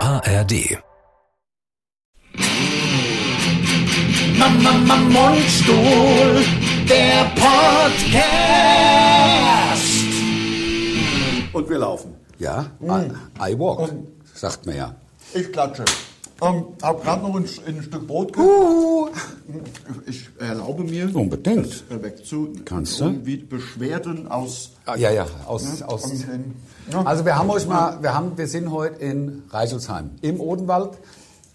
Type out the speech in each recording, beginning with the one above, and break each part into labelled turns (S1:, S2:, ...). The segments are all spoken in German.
S1: ARD.
S2: Mama, Mama, Mundstuhl, der Podcast.
S3: Und wir laufen.
S4: Ja, I, I walk, sagt man ja.
S3: Ich klatsche. Ähm, hab gerade noch ein, ein Stück Brot geholt. Ich erlaube mir,
S4: Unbedingt.
S3: das wegzu.
S4: Oh. Kannst du?
S3: Irgendwie Beschwerden aus.
S4: Ah, Ja, ja, aus, aus. Also wir haben euch mal, wir haben, wir sind heute in Reichelsheim im Odenwald,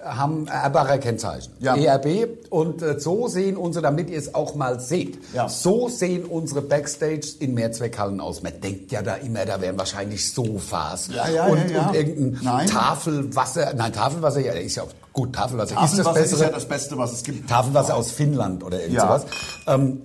S4: haben Erbacher Kennzeichen,
S3: Ja.
S4: ERB und äh, so sehen unsere, damit ihr es auch mal seht,
S3: Ja.
S4: so sehen unsere Backstage in Mehrzweckhallen aus. Man denkt ja da immer, da wären wahrscheinlich Sofas
S3: Ja, ja,
S4: und,
S3: ja, ja.
S4: und irgendein
S3: Nein.
S4: Tafelwasser, nein, Tafelwasser, ja, ist ja auch gut, Tafelwasser, Also, ist das
S3: Tafelwasser
S4: Bessere.
S3: ist ja das Beste, was es gibt.
S4: Tafelwasser aus Finnland oder irgend
S3: Ja.
S4: sowas. Ähm,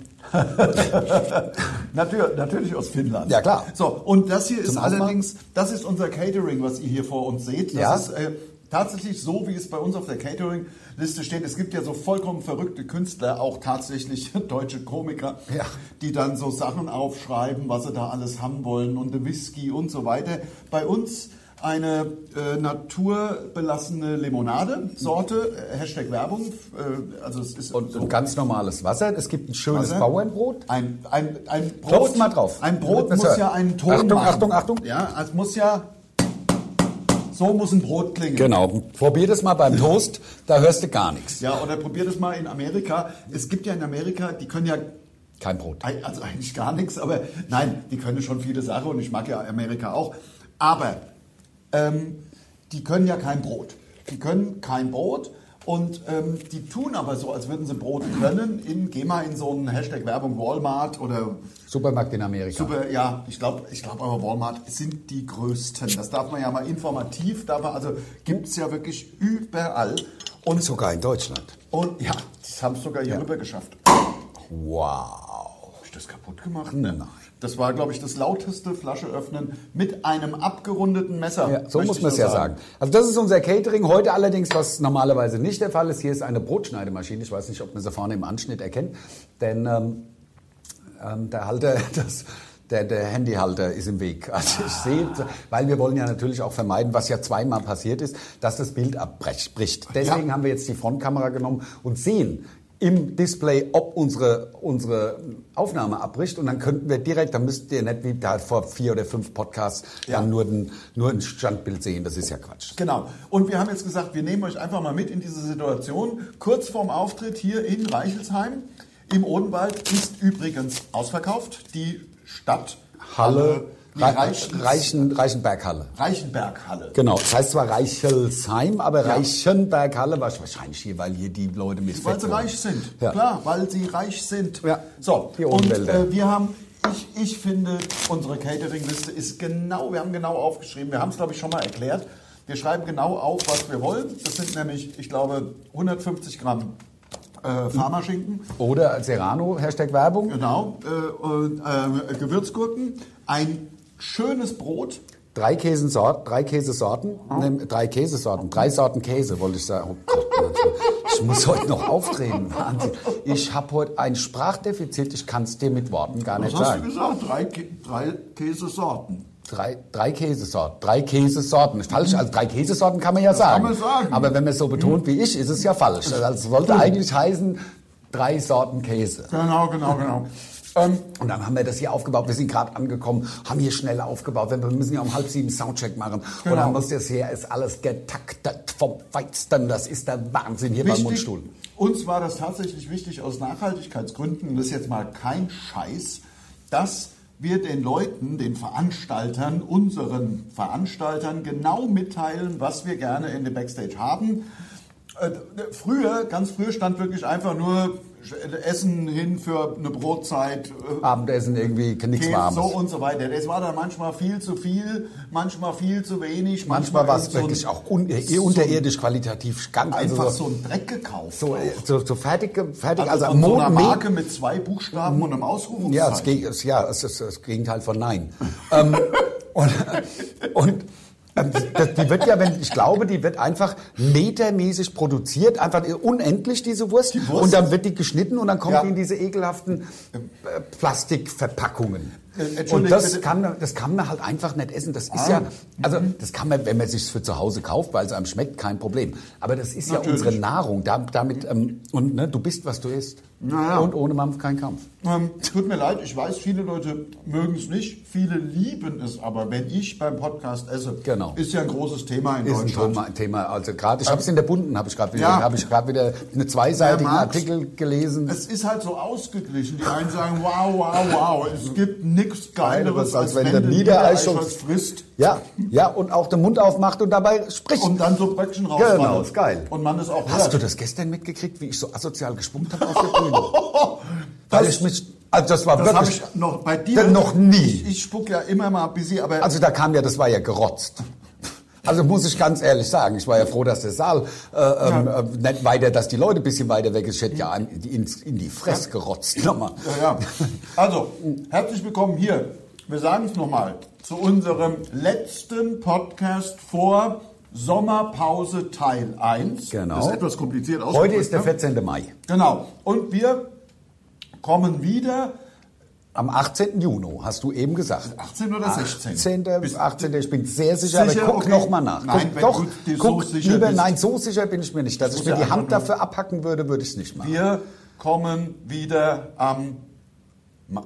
S3: Natürlich, natürlich aus Finnland.
S4: Ja, klar.
S3: So, und das hier ist
S4: Zum Aufmachen?
S3: allerdings, das ist unser Catering, was ihr hier vor uns seht. Das
S4: Ja.
S3: ist äh, tatsächlich so, wie es bei uns auf der Catering-Liste steht. Es gibt ja so vollkommen verrückte Künstler, auch tatsächlich deutsche Komiker,
S4: Ja.
S3: die dann so Sachen aufschreiben, was sie da alles haben wollen und den Whisky und so weiter. Bei uns eine äh, naturbelassene Limonade, Sorte, äh, Hashtag Werbung. Äh, also es ist
S4: und ein ganz normales Wasser. Es gibt ein schönes
S3: Wasser.
S4: Bauernbrot.
S3: Ein, ein, ein Brot,
S4: Klopft mal drauf.
S3: Ein Brot
S4: Das
S3: muss
S4: hört.
S3: ja einen Ton
S4: Achtung,
S3: machen.
S4: Achtung, Achtung.
S3: Ja, es muss ja... So muss ein Brot klingen.
S4: Genau. Probier das mal beim Toast, da hörst du gar nichts.
S3: Ja, oder probier das mal in Amerika. Es gibt ja in Amerika, die können ja...
S4: Kein Brot.
S3: ei- Also eigentlich gar nichts, aber nein, die können schon viele Sachen und ich mag ja Amerika auch. Aber ähm, die können ja kein Brot. Die können kein Brot und ähm, die tun aber so, als würden sie Brot können. In, geh mal in so einen Hashtag Werbung Walmart oder
S4: Supermarkt in Amerika.
S3: Super, ja, ich glaube ich glaub aber Walmart sind die größten. Das darf man ja mal informativ, darf man, also gibt es ja wirklich überall. Und,
S4: Sogar in Deutschland.
S3: und ja, das haben es sogar hier rüber geschafft.
S4: Wow.
S3: Habe ich das kaputt gemacht?
S4: Nein.
S3: Das war, glaube ich, das lauteste Flasche öffnen mit einem abgerundeten Messer.
S4: Ja, so
S3: möchte
S4: muss
S3: ich
S4: man es
S3: nur
S4: ja sagen. Also das ist unser Catering. Heute allerdings, was normalerweise nicht der Fall ist, hier ist eine Brotschneidemaschine. Ich weiß nicht, ob man sie vorne im Anschnitt erkennt. Denn ähm, ähm, der Halter, das, der, der Handyhalter ist im Weg. Also ich sehe, weil wir wollen ja natürlich auch vermeiden, was ja zweimal passiert ist, dass das Bild abbricht. Deswegen
S3: Ja.
S4: haben wir jetzt die Frontkamera genommen und sehen im Display, ob unsere, unsere Aufnahme abbricht. Und dann könnten wir direkt, dann müsst ihr nicht wie da vor vier oder fünf Podcasts
S3: Ja.
S4: dann nur, den, nur ein Standbild sehen. Das ist ja Quatsch.
S3: Genau. Und wir haben jetzt gesagt, wir nehmen euch einfach mal mit in diese Situation. Kurz vorm Auftritt hier in Reichelsheim im Odenwald ist übrigens ausverkauft die Stadt
S4: Halle,
S3: nee,
S4: Re
S3: Reichens-
S4: Reichen, Reichenberghalle.
S3: Reichenberghalle.
S4: Genau, das heißt zwar Reichelsheim, aber
S3: Ja.
S4: Reichenberghalle war wahrscheinlich hier, weil hier die Leute mit
S3: Weil
S4: Fett
S3: sie
S4: waren.
S3: reich sind.
S4: Ja.
S3: Klar, weil sie reich sind.
S4: Ja.
S3: So,
S4: Die
S3: und
S4: Odenwälder.
S3: äh, wir haben, ich, ich finde, unsere Catering-Liste ist genau, wir haben genau aufgeschrieben, wir haben es, glaube ich, schon mal erklärt. Wir schreiben genau auf, was wir wollen. Das sind nämlich, ich glaube, 150 Gramm äh, Farmerschinken,
S4: Oder Serrano, Hashtag Werbung.
S3: genau, äh, und, äh, Gewürzgurken, ein schönes Brot,
S4: Drei, Käsensort, drei Käsesorten,
S3: Ah.
S4: ne, drei Käsesorten, drei Sorten Käse, wollte ich sagen. Oh Gott, Leute, ich muss heute noch auftreten. Wahnsinn. Ich habe heute ein Sprachdefizit, ich kann es dir mit Worten gar
S3: was
S4: nicht
S3: hast du
S4: sagen.
S3: gesagt? Drei, Kä- drei Käsesorten.
S4: Drei, drei Käsesorten, drei Käsesorten. Ist Falsch, also drei Käsesorten kann man ja sagen.
S3: man sagen. Hm.
S4: Aber wenn man es so betont wie ich, ist es ja falsch. Also es sollte eigentlich heißen, drei Sorten Käse.
S3: Genau, genau, genau. ähm,
S4: Und dann haben wir das hier aufgebaut. Wir sind gerade angekommen, haben hier schnell aufgebaut. Wir müssen ja um halb sieben Soundcheck machen. Und
S3: Genau.
S4: dann muss das hier, ist alles getaktet vom Feinsten. Das ist der Wahnsinn hier beim
S3: Wichtig-
S4: Mundstuhl.
S3: Uns war das tatsächlich wichtig aus Nachhaltigkeitsgründen, und das ist jetzt mal kein Scheiß, dass wir den Leuten, den Veranstaltern, unseren Veranstaltern genau mitteilen, was wir gerne in der Backstage haben. Äh, Früher, ganz früher stand wirklich einfach nur Essen hin für eine Brotzeit, äh,
S4: Abendessen irgendwie nichts
S3: Käse, so
S4: Warmes.
S3: und so weiter. Das war dann manchmal viel zu viel, manchmal viel zu wenig.
S4: Manchmal war es
S3: irgend so ein-
S4: wirklich auch un eh unterirdisch qualitativ ganz
S3: einfach
S4: also
S3: so ein Dreck gekauft.
S4: so, äh, so, so, so fertig, ge- fertig also,
S3: Also,
S4: also
S3: von so einer
S4: Mond-
S3: Marke mit zwei Buchstaben und einem Ausrufungszeichen.
S4: Ja, das, Geg- das- ja, das ist das Gegenteil von Nein. ähm, und und ähm, das, die wird ja, wenn ich glaube, die wird einfach metermäßig produziert, einfach unendlich diese Wurst.
S3: Wurst?
S4: Und dann wird die geschnitten und dann kommt
S3: Ja.
S4: die in diese ekelhaften äh, Plastikverpackungen. Und
S3: Entschuldigung,
S4: das
S3: bitte.
S4: kann, man- das kann man halt einfach nicht essen. Das ist
S3: Ah.
S4: ja, also das kann man, wenn man sich für zu Hause kauft, weil es einem schmeckt, kein Problem. Aber das ist ja
S3: Natürlich.
S4: unsere Nahrung. Da, damit, ähm, und ne, du bist, was du isst.
S3: Naja.
S4: Und ohne Mampf kein Kampf.
S3: Ähm, tut mir leid, ich weiß, viele Leute mögen es nicht, viele lieben es aber, wenn ich beim Podcast esse.
S4: Genau.
S3: Ist ja ein großes Thema in
S4: Ist ein
S3: Deutschland.
S4: Thema, Thema also gerade, ich habe es in der bunten, habe ich gerade wieder,
S3: Ja.
S4: habe ich gerade wieder eine zweiseitigen
S3: Wer mag's?
S4: Artikel gelesen.
S3: Es ist halt so ausgeglichen. Die einen sagen, wow, wow, wow, es gibt nichts Geileres,
S4: Geileres, als wenn der Niedereis schon-
S3: Niedereis was frisst
S4: Ja, ja, und auch den Mund aufmacht und dabei spricht.
S3: und dann so Bröckchen rausfallen.
S4: Genau, ist geil.
S3: Und man ist auch
S4: Hast
S3: hört.
S4: du das gestern mitgekriegt, wie ich so asozial gesprungen habe auf der Bühne? Weil
S3: Das-
S4: ich mich, also das war
S3: Das habe
S4: wirklich,
S3: ich noch bei dir
S4: Noch nie.
S3: Ich, ich spuck ja immer mal ein bisschen, aber
S4: also da kam ja, das war ja gerotzt. Also muss ich ganz ehrlich sagen, ich war ja froh, dass der Saal äh, ähm, äh, nicht weiter, dass die Leute ein bisschen weiter weg ist. Ich hätte ja an- in, in die Fresse gerotzt. Nochmal.
S3: Ja, ja. Also, herzlich willkommen hier. Wir sagen es nochmal zu unserem letzten Podcast vor Sommerpause Teil 1.
S4: Genau.
S3: Das ist etwas kompliziert ausgedrückt.
S4: Heute ist der
S3: ne?
S4: 14. Mai.
S3: Genau. Und wir kommen wieder
S4: Am 18. Juni, hast du eben gesagt.
S3: 18 oder 16.
S4: 18.
S3: Bis-
S4: 18. Ich bin sehr sicher,
S3: Sicher?
S4: aber guck
S3: Okay.
S4: noch mal nach.
S3: Nein,
S4: guck,
S3: wenn
S4: doch,
S3: du dir so
S4: guck,
S3: sicher
S4: lieber,
S3: bist.
S4: nein, so sicher bin ich mir nicht. Dass
S3: Das
S4: ich mir
S3: muss
S4: die
S3: ja
S4: Hand
S3: einfach nur-
S4: dafür abhacken würde, würde ich es nicht machen.
S3: Wir kommen wieder am
S4: Ma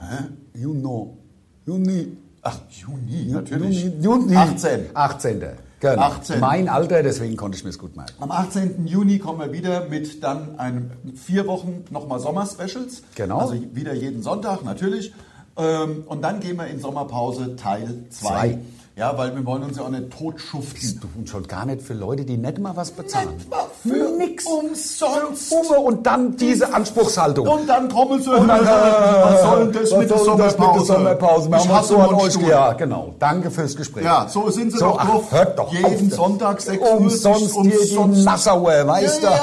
S4: Hä? Juno. Juni.
S3: ach, Juni,
S4: Ju-
S3: natürlich.
S4: Juni. Juni.
S3: 18.
S4: 18. Genau.
S3: 18..
S4: Mein Alter, deswegen konnte ich mir es gut merken.
S3: Am 18. Juni kommen wir wieder mit dann einem vier Wochen nochmal Sommerspecials.
S4: Genau.
S3: Also wieder jeden Sonntag natürlich. Ähm, Und dann gehen wir in Sommerpause Teil 2.
S4: Zwei.
S3: Ja, weil wir wollen uns ja auch nicht totschuften.
S4: Und schon gar nicht für Leute, die nicht mal was bezahlen.
S3: Nicht mal für
S4: nix.
S3: umsonst.
S4: Für Umme und dann diese Anspruchshaltung.
S3: Und dann kommen sie.
S4: Und dann, äh,
S3: was soll denn das,
S4: was
S3: mit, der
S4: soll denn das mit der
S3: Sommerpause?
S4: Sommerpause?
S3: Ich
S4: Machen wir
S3: hasse
S4: so an euch.
S3: Mundstuhl.
S4: Ja, genau. Danke fürs Gespräch.
S3: Ja, so sind sie
S4: So,
S3: doch
S4: ach,
S3: drauf.
S4: hört doch
S3: Jeden
S4: auf.
S3: Sonntag 6 Uhr.
S4: Umsonst
S3: sich- um
S4: hier die Nassauer, weißt du?
S3: Ja, ja,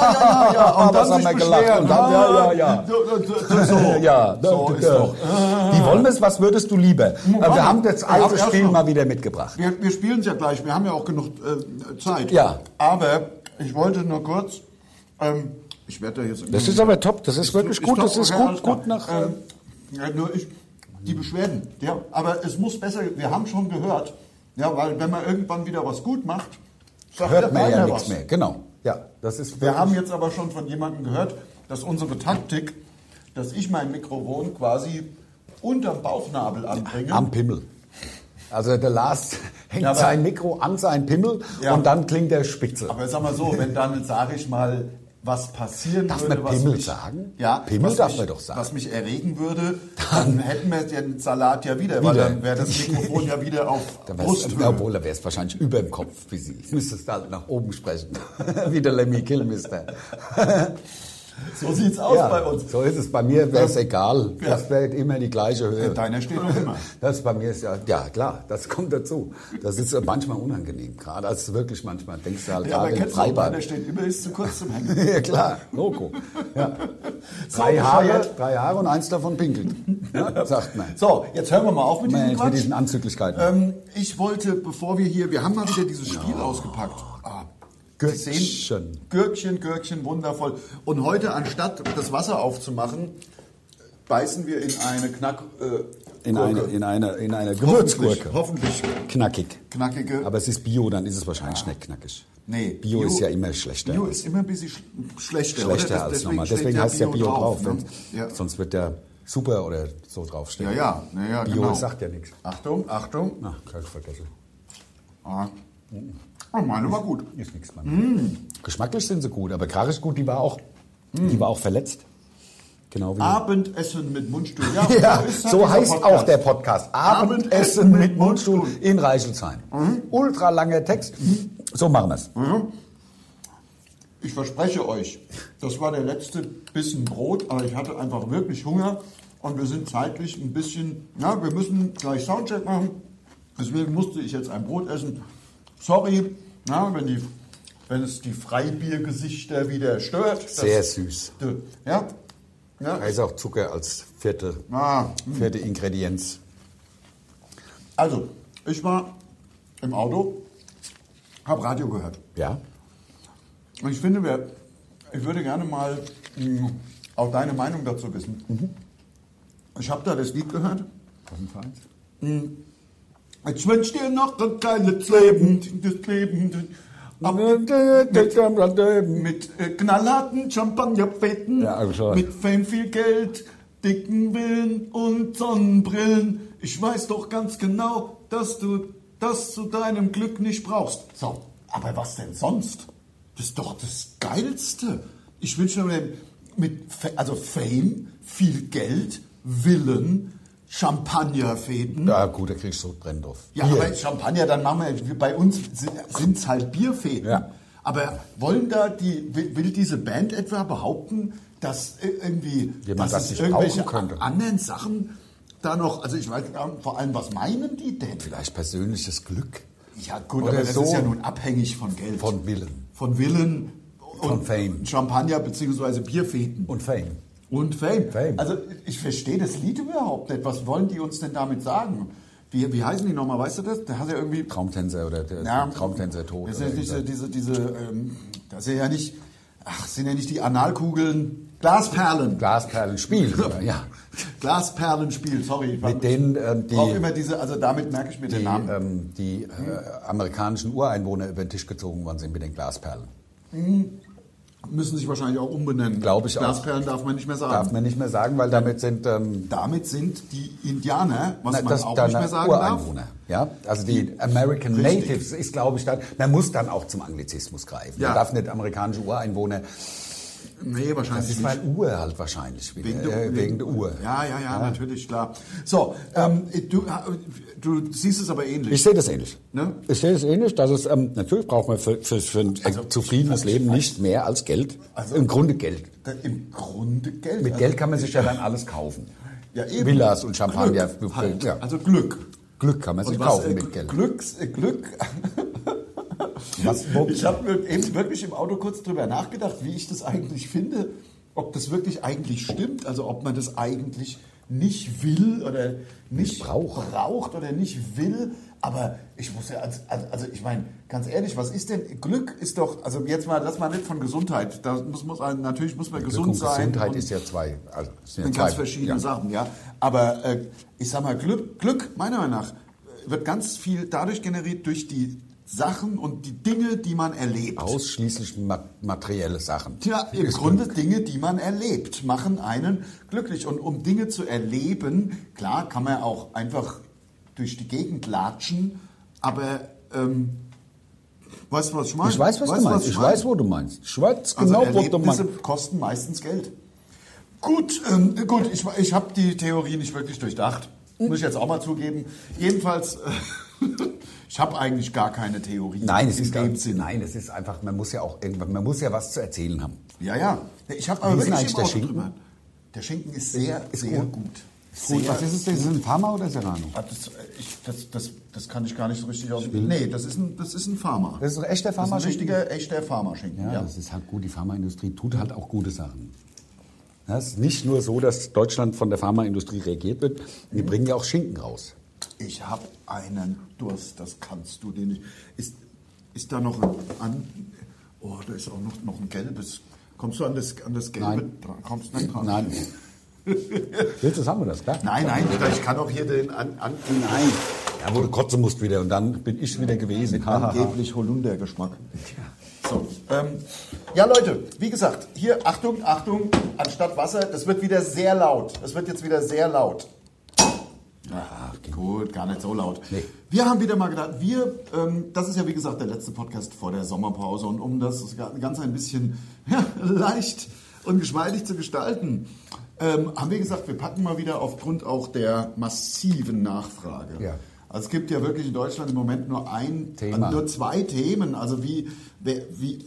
S3: ja, ja, ja. Und
S4: Was
S3: dann
S4: haben
S3: sich
S4: wir gelacht?
S3: beschweren.
S4: Und dann, ja, ja, ja.
S3: So, so, so.
S4: Ja,
S3: so
S4: da-
S3: ist
S4: da-
S3: doch.
S4: Die wollen das, was würdest du lieber? Aber wir haben das
S3: Ich hab
S4: alte
S3: erst
S4: Spiel
S3: noch-
S4: mal wieder mitgebracht.
S3: Wir, wir spielen es ja gleich, wir haben ja auch genug äh, Zeit.
S4: Ja.
S3: Aber ich wollte nur kurz, ähm, ich werde da jetzt...
S4: Das ist aber top, das ist wirklich gut,
S3: doch-
S4: das ist
S3: okay,
S4: gut,
S3: alles klar.
S4: gut nach, äh,
S3: Ähm, ja, nur ich, die Beschwerden, ja, aber es muss besser, wir haben schon gehört, ja, weil wenn man irgendwann wieder was gut macht, sagt
S4: Hört man ja
S3: keiner
S4: nichts
S3: was.
S4: mehr, genau. Ja, das ist
S3: Wir haben jetzt aber schon von jemandem gehört, dass unsere Taktik, dass ich mein Mikrofon quasi unterm Bauchnabel anbringe.
S4: am Pimmel. Also der Lars hängt
S3: Ja, aber-
S4: sein Mikro an seinen Pimmel
S3: Ja.
S4: und dann klingt er spitze.
S3: Aber sag mal so, wenn dann, sage ich mal, was passieren
S4: Darf
S3: würde,
S4: man
S3: was
S4: Pimmel
S3: mich,
S4: sagen?
S3: Ja,
S4: Pimmel
S3: was
S4: darf
S3: mich,
S4: man doch sagen.
S3: Was mich erregen würde, dann hätten wir den Salat ja wieder, weil
S4: Wieder.
S3: dann wäre das Mikrofon ja wieder auf
S4: Da wär's,
S3: Brusthöhe.
S4: obwohl, da wäre es wahrscheinlich über dem Kopf wie sie. Müsstest halt nach oben sprechen. wie der Lemmy Killmister.
S3: So sieht's aus
S4: Ja,
S3: bei uns.
S4: So ist es. Bei mir wäre es
S3: Ähm,
S4: egal.
S3: ja.
S4: Das wäre immer die gleiche Höhe.
S3: Deiner steht noch immer.
S4: Das bei mir ist ja, ja klar, das kommt dazu. Das ist äh, manchmal unangenehm, gerade als wirklich manchmal denkst du halt
S3: Ja, aber
S4: gerade im
S3: kennst du, auch, deiner
S4: Freibad.
S3: steht immer, ist zu kurz zum Hängen.
S4: Ja klar, Logo. Ja. Drei, Haare,
S3: bescheuert.
S4: drei Haare und eins davon pinkelt, ja, sagt man.
S3: So, jetzt hören wir mal auf mit
S4: Man,
S3: diesem
S4: jetzt mit
S3: Quatsch.
S4: diesen Anzüglichkeiten.
S3: Ähm, ich wollte, bevor wir hier, wir haben mal wieder dieses Spiel ausgepackt. Ah,
S4: Gürkchen.
S3: Sie sehen? Gürkchen, Gürkchen, wundervoll. Und heute, anstatt das Wasser aufzumachen, beißen wir in eine Knack... Äh,
S4: in, eine,
S3: Gurke.
S4: in, eine, in eine
S3: Hoffentlich,
S4: Gewürzgurke.
S3: hoffentlich
S4: Knackig.
S3: knackige...
S4: Aber es ist Bio, dann ist es wahrscheinlich nicht knackig.
S3: Ah. nee,
S4: Bio, ist ja immer schlechter.
S3: Bio
S4: als-
S3: ist immer ein bisschen sch schlechter.
S4: schlechter
S3: oder?
S4: als
S3: Deswegen
S4: normal.
S3: steht
S4: Deswegen heißt ja Bio drauf.
S3: ne?
S4: wenn-
S3: ja.
S4: Sonst wird der super oder so draufstehen.
S3: ja, ja, na ja,
S4: Bio
S3: genau.
S4: sagt ja nichts.
S3: Achtung, Achtung.
S4: Na, kann ich vergessen.
S3: Ah. Oh, meine war gut.
S4: Ist nichts mehr.
S3: Mm.
S4: Geschmacklich sind sie gut, aber Karisch gut, die war auch, die war auch verletzt. Genau wie.
S3: Abendessen mit Mundstuhl. Ja,
S4: ja,
S3: ist halt
S4: so
S3: dieser
S4: heißt
S3: Podcast.
S4: auch der Podcast. Abendessen mit Mundstuhl in Reichelsheim.
S3: Mhm.
S4: Ultra langer Text. So machen wir es.
S3: Ich verspreche euch, das war der letzte Bissen Brot, aber ich hatte einfach wirklich Hunger und wir sind zeitlich ein bisschen, na, wir müssen gleich Soundcheck machen. Deswegen musste ich jetzt ein Brot essen. Sorry, na, wenn, die, wenn es die Freibiergesichter wieder stört. Das-
S4: Sehr süß.
S3: Ja, ja.
S4: Da ist auch Zucker als vierte,
S3: Ah,
S4: vierte Ingredienz.
S3: Also, ich war im Auto, habe Radio gehört.
S4: Ja.
S3: Und ich finde, wir, ich würde gerne mal hm, mh, auch deine Meinung dazu wissen. Ich habe da das Lied gehört,
S4: Was denn für eins?
S3: Ich wünsch dir noch ein geiles Leben, das Leben mit äh, knallharten Champagnerfäden,
S4: Ja, hab ich schon.
S3: mit Fame viel Geld, dicken Willen und Sonnenbrillen. Ich weiß doch ganz genau, dass du das zu deinem Glück nicht brauchst. So, aber was denn sonst? Das ist doch das Geilste. Ich wünsche mir mit, Fa- also Fame, viel Geld, Willen, Champagnerfäden.
S4: Ja, Ah, gut, da kriegst du Brenndorf.
S3: Ja,
S4: Bier.
S3: aber Champagner, dann machen wir, wir- bei uns sind es halt Bierfäden.
S4: Ja.
S3: Aber wollen da die, will, will diese Band etwa behaupten, dass i- irgendwie,
S4: Jemand
S3: dass
S4: das
S3: es
S4: nicht
S3: irgendwelche
S4: brauchen könnte?
S3: anderen Sachen da noch, also ich weiß gar nicht, vor allem, was meinen die denn?
S4: Vielleicht persönliches Glück
S3: Ja gut,
S4: Oder
S3: aber das
S4: so.
S3: ist ja nun abhängig von Geld.
S4: von Willen
S3: Von Willen und
S4: Von Fame.
S3: Champagner bzw. Bierfäden.
S4: und Fame.
S3: Und Fame.
S4: Fame.
S3: Also ich verstehe das Lied überhaupt nicht. Was wollen die uns denn damit sagen? Wie, wie heißen die nochmal, weißt du das? Da hat ja irgendwie
S4: Traumtänzer oder der Traumtänzer Also tot.
S3: Das
S4: oder
S3: sind diese,
S4: irgendwas.
S3: diese, diese, ähm, das sind ja nicht, ach, sind ja nicht die Analkugeln, Glasperlen.
S4: Glasperlenspiel, oder? ja.
S3: Glasperlenspiel, sorry.
S4: Mit denen, ähm, die-
S3: Auch immer diese, also damit merke ich mir den
S4: Die,
S3: Namen.
S4: ähm, die äh, amerikanischen Ureinwohner über den Tisch gezogen worden sind mit den Glasperlen.
S3: Müssen sich wahrscheinlich auch umbenennen.
S4: Glaub ich auch.
S3: Glasperlen darf man nicht mehr sagen.
S4: Darf man nicht mehr sagen, weil damit sind ähm,
S3: damit sind die Indianer, was
S4: na,
S3: man
S4: das
S3: auch
S4: dann
S3: nicht mehr sagen darf.
S4: Ureinwohner. Ja, also die American
S3: Richtig.
S4: Natives ist, glaube ich, dann. Man muss dann auch zum Anglizismus greifen.
S3: Ja.
S4: Man darf nicht amerikanische Ureinwohner.
S3: Nee, wahrscheinlich
S4: Das ist
S3: nicht.
S4: weil Uhr halt wahrscheinlich wieder.
S3: Wegen der,
S4: äh, wegen der Uhr.
S3: Ja, ja, ja, natürlich, klar. So, ähm, du, äh, du siehst es aber ähnlich.
S4: Ich sehe das ähnlich.
S3: Ne?
S4: Ich sehe das ähnlich, dass es ähm, natürlich braucht man für, für, für ein äh, zufriedenes Leben nicht mehr als Geld.
S3: Also-
S4: Im Grunde Geld.
S3: Im Grunde Geld. Also
S4: Mit Geld kann man sich ja dann alles kaufen.
S3: Ja, eben.
S4: Villas und Champagner.
S3: Glück, halt.
S4: Ja.
S3: Also Glück.
S4: Glück kann man sich
S3: Und was,
S4: kaufen
S3: äh,
S4: Also mit Geld.
S3: Glücks, äh, Glück.
S4: Was, wo-
S3: Ich habe mir eben wirklich im Auto kurz drüber nachgedacht, wie ich das eigentlich finde, ob das wirklich eigentlich stimmt, also ob man das eigentlich nicht will oder nicht
S4: braucht.
S3: braucht oder nicht will. Aber ich muss ja, als, als, also ich meine, ganz ehrlich, was ist denn Glück? Ist doch, also jetzt mal, lass mal nicht von Gesundheit. Da muss man natürlich muss man
S4: Glück
S3: gesund
S4: und
S3: sein.
S4: Gesundheit
S3: und-
S4: ist ja zwei. Also sind ja
S3: sind
S4: zwei.
S3: ganz verschiedene
S4: ja.
S3: Sachen, ja. Aber äh, ich sag mal, Glück, Glück, meiner Meinung nach, äh, wird ganz viel dadurch generiert, durch die Sachen und die Dinge, die man erlebt.
S4: Ausschließlich ma materielle Sachen.
S3: Tja, im Grunde Dinge, die man erlebt, machen einen glücklich. Und um Dinge zu erleben, klar kann man auch einfach durch die Gegend latschen, aber ähm, weißt du, was ich meine?
S4: Ich weiß, was
S3: Weißt
S4: Also, du meinst.
S3: ich
S4: Ich
S3: meine?
S4: weiß, wo du meinst. Ich weiß
S3: Also
S4: genau, wo du
S3: Erlebnisse
S4: meinst.
S3: kosten meistens Geld. Gut, ähm, gut, ich, ich habe die Theorie nicht wirklich durchdacht.
S4: Hm.
S3: Muss ich jetzt auch mal zugeben. Jedenfalls, äh, ich habe eigentlich gar keine Theorie.
S4: Nein, es
S3: in
S4: ist
S3: dem
S4: ganz,
S3: Sinn.
S4: nein, es ist einfach, man muss ja auch irgendwas, man muss ja was zu erzählen haben.
S3: Ja, ja. Ich habe aber
S4: Wie ist denn
S3: wirklich
S4: eigentlich
S3: im
S4: der
S3: Auto
S4: Schinken?
S3: drüber. Der Schinken ist sehr,
S4: Ist
S3: sehr
S4: gut.
S3: gut.
S4: Gut, was ist es denn? Ist es ein Parma oder Serrano?
S3: Ah, Das, äh, ich, das, das, das kann ich gar nicht so richtig aus. Nee, das ist ein, das ist ein Pharma.
S4: Das ist ein echter
S3: Das ist ein
S4: Pharma-Schinken?
S3: richtiger, echter Pharma-Schinken.
S4: Ja,
S3: Ja,
S4: das ist halt gut. Die Pharmaindustrie tut halt auch gute Sachen. Das ist nicht nur so, dass Deutschland von der Pharmaindustrie regiert wird. Die bringen ja auch Schinken raus.
S3: Ich habe einen Durst, das kannst du dir nicht. Ist, ist da noch ein. An, oh, da ist auch noch, noch ein gelbes. Kommst du an das, an das gelbe
S4: Nein.
S3: dran? Kommst du nicht dran?
S4: Nein. Willst du haben wir das, klar?
S3: Nein, nein, Peter, ich kann auch hier den an, an,
S4: Nein. Ja, wo du kotzen musst wieder und dann bin ich wieder gewesen. Ha, ha, ha.
S3: angeblich Holundergeschmack. So, ähm, ja, Leute, wie gesagt, hier, Achtung, Achtung, anstatt Wasser, das wird wieder sehr laut. Das wird jetzt wieder sehr laut. Ach, gut, gar nicht so laut.
S4: Nee.
S3: Wir haben wieder mal gedacht, wir, ähm, das ist ja wie gesagt der letzte Podcast vor der Sommerpause und um das ga- ganz ein bisschen ja, leicht und geschmeidig zu gestalten, ähm, haben wir gesagt, wir packen mal wieder aufgrund auch der massiven Nachfrage.
S4: Ja.
S3: Also es gibt ja wirklich in Deutschland im Moment nur ein
S4: Thema.
S3: Also nur zwei Themen. Also wie, wer- wie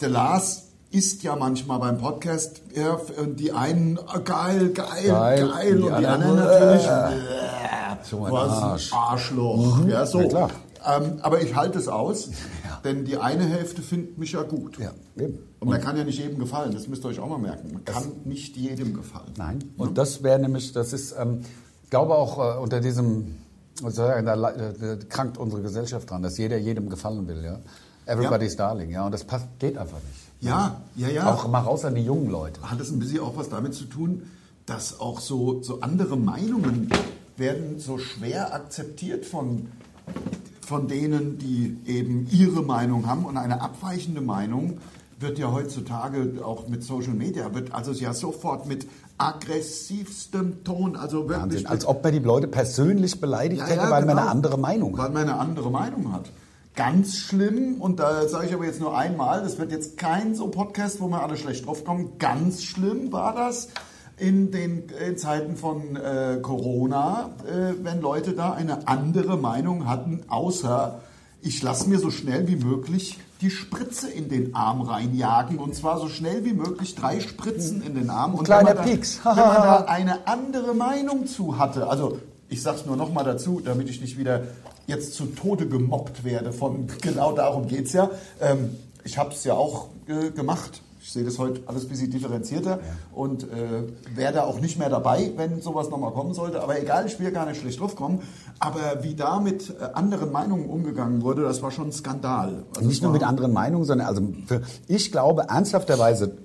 S3: der Lars ist ja manchmal beim Podcast ja, und die einen ah, geil, geil,
S4: Geil,
S3: geil,
S4: die
S3: und die
S4: anderen,
S3: anderen natürlich äh,
S4: so ein
S3: was
S4: Arsch. Mhm.
S3: ein Arschloch. Ja, so.
S4: na klar.
S3: Ähm, aber ich halte es aus,
S4: Ja.
S3: denn die eine Hälfte findet mich ja gut.
S4: Ja, eben.
S3: Und man kann ja nicht jedem gefallen, das müsst ihr euch auch mal merken. Man kann nicht jedem gefallen.
S4: Nein. Und das wäre nämlich, das ist, ähm, ich glaube auch äh, unter diesem, also, äh, da le- äh, krankt unsere Gesellschaft dran, dass jeder jedem gefallen will, ja. Everybody's darling, ja. Und das passt, geht einfach nicht.
S3: Ja, ja, ja.
S4: Auch mal raus an die jungen Leute.
S3: hat es ein bisschen auch was damit zu tun, dass auch so, so andere Meinungen werden so schwer akzeptiert von, von denen, die eben ihre Meinung haben. Und eine abweichende Meinung wird ja heutzutage auch mit Social Media, wird also ja sofort mit aggressivstem Ton, also wirklich
S4: Wahnsinn.
S3: mit,
S4: Als ob man die Leute persönlich beleidigt
S3: Ja,
S4: hätte,
S3: ja,
S4: weil man
S3: genau.
S4: eine andere Meinung hat.
S3: weil man eine andere Meinung hat. Ganz schlimm, und da sage ich aber jetzt nur einmal, das wird jetzt kein so Podcast, wo wir alle schlecht draufkommen. Ganz schlimm war das in den in Zeiten von äh, Corona, äh, wenn Leute da eine andere Meinung hatten, außer ich lasse mir so schnell wie möglich die Spritze in den Arm reinjagen und zwar so schnell wie möglich drei Spritzen in den Arm. Und
S4: Kleiner
S3: wenn man
S4: Pieks.
S3: Da, wenn man da eine andere Meinung zu hatte. Also ich sag's nur noch mal dazu, damit ich nicht wieder jetzt zu Tode gemobbt werde. Von genau darum geht's ja. Ähm, ich habe es ja auch äh, gemacht. Ich sehe das heute alles ein bisschen differenzierter und äh, wäre da auch nicht mehr dabei, wenn sowas nochmal kommen sollte. Aber egal, ich will gar nicht schlecht drauf kommen. Aber wie da mit äh, anderen Meinungen umgegangen wurde, das war schon ein Skandal. Also es
S4: Nicht nur
S3: war-
S4: mit anderen Meinungen, sondern also für, ich glaube ernsthafterweise,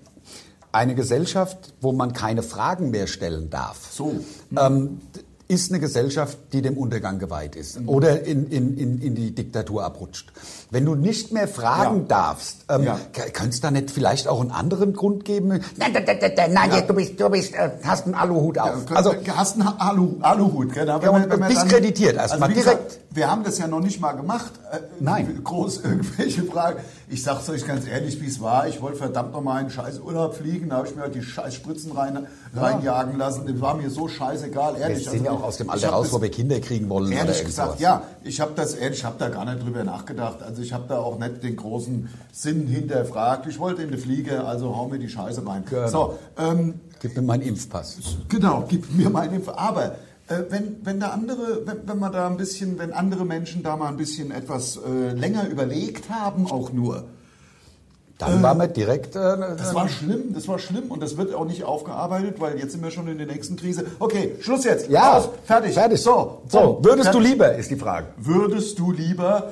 S4: eine Gesellschaft, wo man keine Fragen mehr stellen darf,
S3: So.
S4: ähm, ist eine Gesellschaft, die dem Untergang geweiht ist
S3: Mhm.
S4: oder in, in, in, in die Diktatur abrutscht. Wenn du nicht mehr fragen
S3: Ja.
S4: darfst, ähm,
S3: Ja.
S4: könnte es da nicht vielleicht auch einen anderen Grund geben? Nein, nein, nein, nein, nein, nein du bist, du bist, äh, hast einen Aluhut auf.
S3: Ja,
S4: also
S3: also hast einen Alu, Aluhut, genau.
S4: Ja, und- und diskreditiert erstmal
S3: Also wie gesagt,
S4: direkt.
S3: wir haben das ja noch nicht mal gemacht. äh,
S4: Nein.
S3: Groß irgendwelche Fragen. Ich sag's euch ganz ehrlich, wie es war. Ich wollte verdammt nochmal einen scheiß Urlaub fliegen. Da habe ich mir halt die scheiß Spritzen rein, reinjagen lassen. Das war mir so scheißegal,
S4: wir
S3: ehrlich. Also
S4: sind ja auch aus dem
S3: ich
S4: Alter
S3: hab
S4: raus,
S3: das-
S4: wo wir Kinder kriegen wollen. oder
S3: Ehrlich
S4: irgend
S3: gesagt,
S4: sowas.
S3: ja. Ich habe das ehrlich, ich habe da gar nicht drüber nachgedacht. Also ich habe da auch nicht den großen Sinn hinterfragt. Ich wollte in die Fliege, also hau mir die Scheiße rein.
S4: Genau.
S3: So, ähm,
S4: Gib mir meinen Impfpass.
S3: Genau, gib mir meine Info. Aber äh, wenn, wenn da andere, wenn, wenn man da ein bisschen, wenn andere Menschen da mal ein bisschen etwas äh, länger überlegt haben, auch nur,
S4: Dann waren wir direkt. Äh,
S3: das war schlimm, das war schlimm und das wird auch nicht aufgearbeitet, weil jetzt sind wir schon in der nächsten Krise. Okay, Schluss jetzt.
S4: ja,
S3: Aus, fertig.
S4: Fertig.
S3: So,
S4: so
S3: bumm,
S4: würdest du
S3: fertig.
S4: lieber, ist die Frage.
S3: Würdest du lieber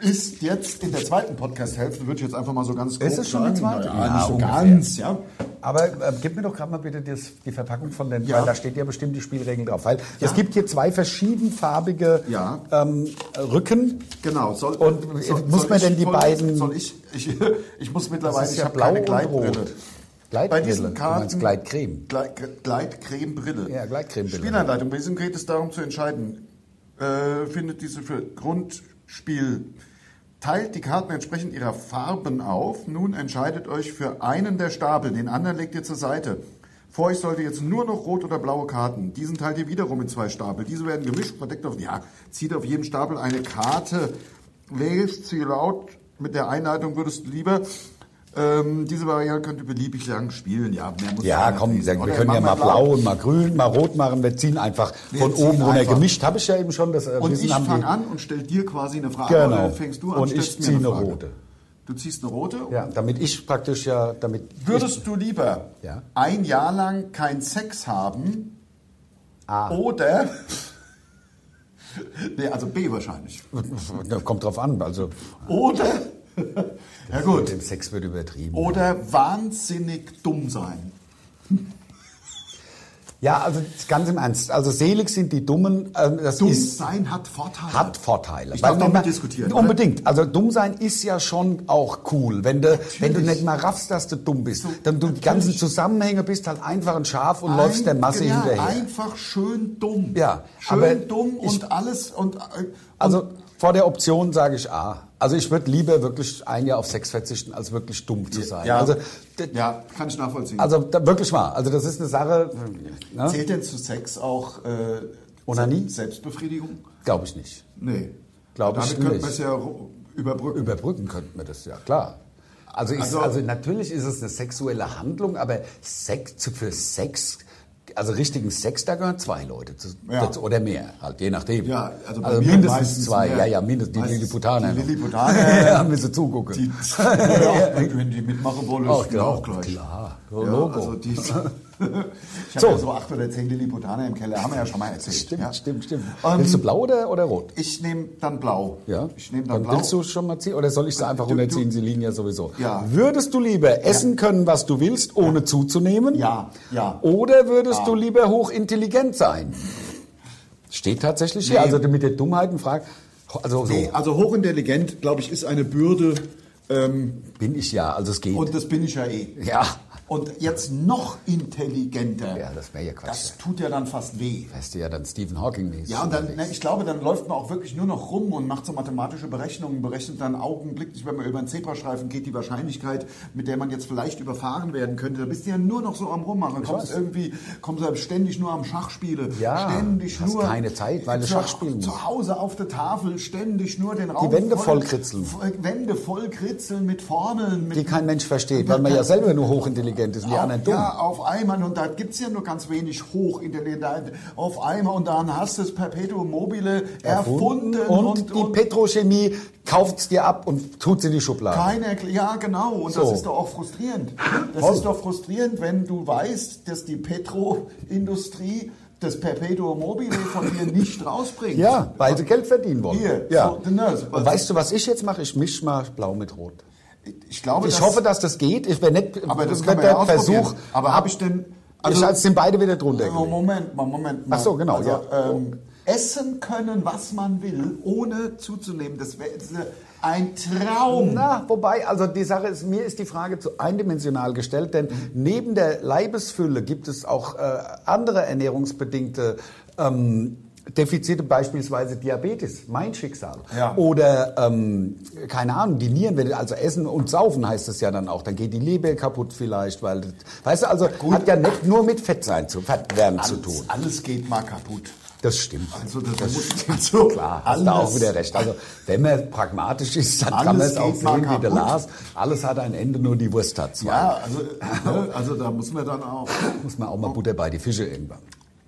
S3: ist jetzt in der zweiten Podcast-Hälfte, würde ich jetzt einfach mal so ganz grob
S4: Ist es schon die
S3: sagen.
S4: zweite?
S3: Ja,
S4: Ja,
S3: nicht so
S4: ungefähr.
S3: ganz, ja.
S4: Aber äh, gib mir doch gerade mal bitte das, die Verpackung von den,
S3: Ja.
S4: weil da steht ja bestimmt die Spielregeln drauf. Weil
S3: Ja.
S4: es gibt hier zwei verschiedenfarbige
S3: Ja.
S4: ähm, Rücken.
S3: Genau. Soll,
S4: Und muss man
S3: ich
S4: denn die
S3: voll-
S4: beiden-
S3: Soll ich? Ich, ich muss mittlerweile.
S4: Das ist
S3: ich
S4: ja
S3: habe
S4: blau
S3: keine
S4: und
S3: Gleitbrille.
S4: rot. Gleitbrille.
S3: Bei diesen
S4: Du
S3: Karten.
S4: meinst Gleitcreme.
S3: Gleit, Gleitcremebrille.
S4: Ja, Gleitcremebrille.
S3: Spielanleitung. Bei diesem geht es darum zu entscheiden. Äh, findet diese für Grundspiel. Teilt die Karten entsprechend ihrer Farben auf. Nun entscheidet euch für einen der Stapel. Den anderen legt ihr zur Seite. Vor euch sollte jetzt nur noch rot oder blaue Karten. Diesen teilt ihr wiederum in zwei Stapel. Diese werden gemischt, verdeckt auf. Ja, zieht auf jedem Stapel eine Karte. Wählst sie laut. Mit der Einleitung würdest du lieber. Ähm, diese Variante könnt ihr beliebig lang spielen. Ja, mehr muss
S4: Ja,
S3: man nicht
S4: komm,
S3: lesen,
S4: wir
S3: oder?
S4: können ja
S3: Machen
S4: mal
S3: wir
S4: blau und mal grün, mal rot machen. Wir ziehen einfach
S3: Wir
S4: von
S3: ziehen
S4: oben runter
S3: einfach.
S4: gemischt. Habe ich ja eben schon. Das äh,
S3: Und
S4: Wissen
S3: ich
S4: haben die-
S3: fange an und stell dir quasi eine Frage.
S4: Genau.
S3: Oder fängst du an
S4: Und ich
S3: stellst mir
S4: ziehe eine
S3: Frage.
S4: rote.
S3: Du ziehst eine rote?
S4: Ja, damit ich praktisch ja, damit
S3: Würdest du lieber
S4: Ja.
S3: ein Jahr lang kein Sex haben
S4: A.
S3: oder. nee, also B wahrscheinlich.
S4: Kommt drauf an. Also
S3: Oder. ja,
S4: mit
S3: gut.
S4: dem Sex wird übertrieben.
S3: Oder wahnsinnig dumm sein.
S4: Ja, also ganz im Ernst. Also selig sind die Dummen. ähm, Das
S3: Dumm
S4: ist,
S3: sein hat Vorteile.
S4: hat Vorteile.
S3: Ich darf
S4: Weil
S3: doch
S4: wenn man-
S3: mitdiskutieren, oder?
S4: Unbedingt. Also dumm sein ist ja schon auch cool. Wenn du, wenn du nicht mal raffst, dass du dumm bist, dann du die ganzen Zusammenhänge bist halt einfach ein Schaf und läufst der Masse
S3: ja,
S4: hinterher.
S3: Einfach schön dumm.
S4: Ja,
S3: Schön
S4: aber
S3: dumm
S4: ich-
S3: und alles und. äh,
S4: Also vor der Option sage ich A. Also ich würde lieber wirklich ein Jahr auf Sex verzichten, als wirklich dumm zu sein.
S3: ja,
S4: Also, d-
S3: ja, kann ich nachvollziehen.
S4: also da, wirklich mal. Also das ist eine Sache, ne?
S3: Zählt denn zu Sex auch äh,
S4: Onanie?
S3: Selbstbefriedigung?
S4: glaube ich nicht.
S3: Nee.
S4: Glaube ich
S3: Damit könnte
S4: nicht.
S3: man es ja ru- überbrücken.
S4: Überbrücken könnten wir das, ja klar. Also, ist,
S3: Also-
S4: also, natürlich ist es eine sexuelle Handlung, aber Sex, zu- für Sex, also richtigen Sex, da gehören zwei Leute zu,
S3: Ja.
S4: dazu, oder mehr, halt je nachdem.
S3: Ja, also bei mir meistens
S4: mindestens zwei,
S3: mehr.
S4: ja, ja, mindestens die
S3: Meistens
S4: Lilliputaner.
S3: die
S4: noch.
S3: Lilliputaner.
S4: ja, müssen zugucken.
S3: Die, ja, wenn die mitmachen wollen, ist
S4: Ach,
S3: mir
S4: klar,
S3: auch gleich.
S4: klar.
S3: Ja,
S4: So Logo.
S3: also die, ich habe
S4: So.
S3: ja so acht oder zehn Lilliputaner im Keller, haben wir ja schon mal erzählt.
S4: Stimmt,
S3: ja.
S4: stimmt, stimmt.
S3: Ähm,
S4: willst du blau oder, oder rot?
S3: Ich nehme dann blau.
S4: Ja.
S3: Ich nehme dann, blau.
S4: willst du schon mal ziehen oder soll ich sie einfach
S3: Du- du-
S4: runterziehen? Sie liegen ja sowieso.
S3: Ja.
S4: Würdest du lieber essen können, was du willst, ohne zuzunehmen?
S3: Ja, ja.
S4: Oder würdest
S3: Ja.
S4: du lieber hochintelligent sein? Steht tatsächlich hier. Also mit der Dummheiten fragt. Also so
S3: Nee, also hochintelligent, glaube ich, ist eine Bürde. Ähm,
S4: bin ich ja. Also es geht.
S3: und das bin ich ja eh.
S4: ja.
S3: Und jetzt noch intelligenter.
S4: Ja, das wäre ja Quatsch.
S3: Das tut ja dann fast weh.
S4: Weißt du ja dann Stephen Hawking mäßig.
S3: Ja, und dann, ne, ich glaube, dann läuft man auch wirklich nur noch rum und macht so mathematische Berechnungen, berechnet dann augenblicklich, wenn man über einen Zebrastreifen geht, die Wahrscheinlichkeit, mit der man jetzt vielleicht überfahren werden könnte. Da bist du ja nur noch so am Rummachen. Kommst
S4: weiß.
S3: irgendwie, kommst du halt ständig nur am Schachspiele.
S4: Ja,
S3: ständig
S4: hast
S3: nur
S4: keine Zeit, weil du
S3: zu-
S4: Schach spielen musst.
S3: Zu Hause auf der Tafel ständig nur den Raum.
S4: Wände vollkritzeln.
S3: voll- Wände voll kritzeln mit Formeln, mit
S4: Die kein Mensch versteht, weil man ja selber nur hochintelligent ist und die
S3: auf-
S4: anderen dumm.
S3: ne- Ja, auf einmal, und da gibt es ja nur ganz wenig hoch in den, da- auf einmal, und dann hast du das Perpetuum mobile erfunden,
S4: und, die Petrochemie kauft es dir ab und tut sie in die Schublade.
S3: keiner, erkl- ja genau, und das
S4: So.
S3: ist doch auch frustrierend. Das
S4: Voll.
S3: ist doch frustrierend, wenn du weißt, dass die Petroindustrie das Perpetuum mobile von dir nicht rausbringt.
S4: Ja, weil sie Geld verdienen wollen.
S3: Hier,
S4: ja.
S3: so, ne, so-
S4: und weißt du, was ich jetzt mache? Ich mische mal blau mit rot.
S3: Ich glaube,
S4: ich
S3: dass-
S4: hoffe, dass das geht. Ich wäre nicht,
S3: aber das
S4: wird
S3: kann man
S4: der
S3: ja ausprobieren.
S4: Versuch.
S3: Aber
S4: ab-
S3: habe ich denn,
S4: ich als sind beide wieder drunter.
S3: Also Moment mal, Moment mal.
S4: Ach so, genau,
S3: Also,
S4: ja.
S3: ähm, essen können, was man will, ohne zuzunehmen, das wäre ein Traum.
S4: Na, wobei, also die Sache ist, mir ist die Frage zu eindimensional gestellt, denn neben der Leibesfülle gibt es auch äh, andere ernährungsbedingte ähm, Defizite, beispielsweise Diabetes, mein Schicksal.
S3: Ja.
S4: Oder, ähm, keine Ahnung, die Nieren, wenn- also Essen und Saufen heißt es ja dann auch, dann geht die Leber kaputt vielleicht, weil, weißt du, also hat ja nicht nur mit Fett sein zu, Fett werden zu tun.
S3: Alles, alles geht mal kaputt.
S4: Das stimmt.
S3: Also das, muss also,
S4: Klar, Ah, hast du auch wieder recht. Also, wenn man pragmatisch ist, dann kann man
S3: Alles
S4: es auch
S3: geht mal
S4: sehen, wie der
S3: kaputt.
S4: Lars. Alles hat ein Ende, nur die Wurst hat zwei.
S3: Ja, also, ne, also da muss man dann auch.
S4: Muss man auch mal Butter bei die Fische irgendwann.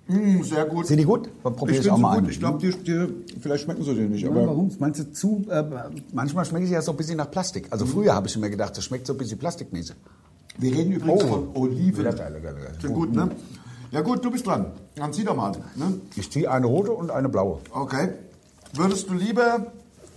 S3: Hm, sehr gut.
S4: Sind die gut? Dann probier ich
S3: bin
S4: auch mal
S3: gut.
S4: eine.
S3: Ich glaube, die, die, vielleicht schmecken sie dir nicht,
S4: Ja,
S3: aber.
S4: warum? Meinst du zu? Äh, manchmal schmeckt es ja so ein bisschen nach Plastik. Also früher habe ich immer gedacht, das schmeckt so ein bisschen plastikmäßig.
S3: Wir reden übrigens von Oliven.
S4: Wieder Oh. geil, geil, geil.
S3: Sind gut, ne? Ja gut, du bist dran. Dann zieh doch mal. Ne?
S4: Ich ziehe eine rote und eine blaue.
S3: Okay. Würdest du lieber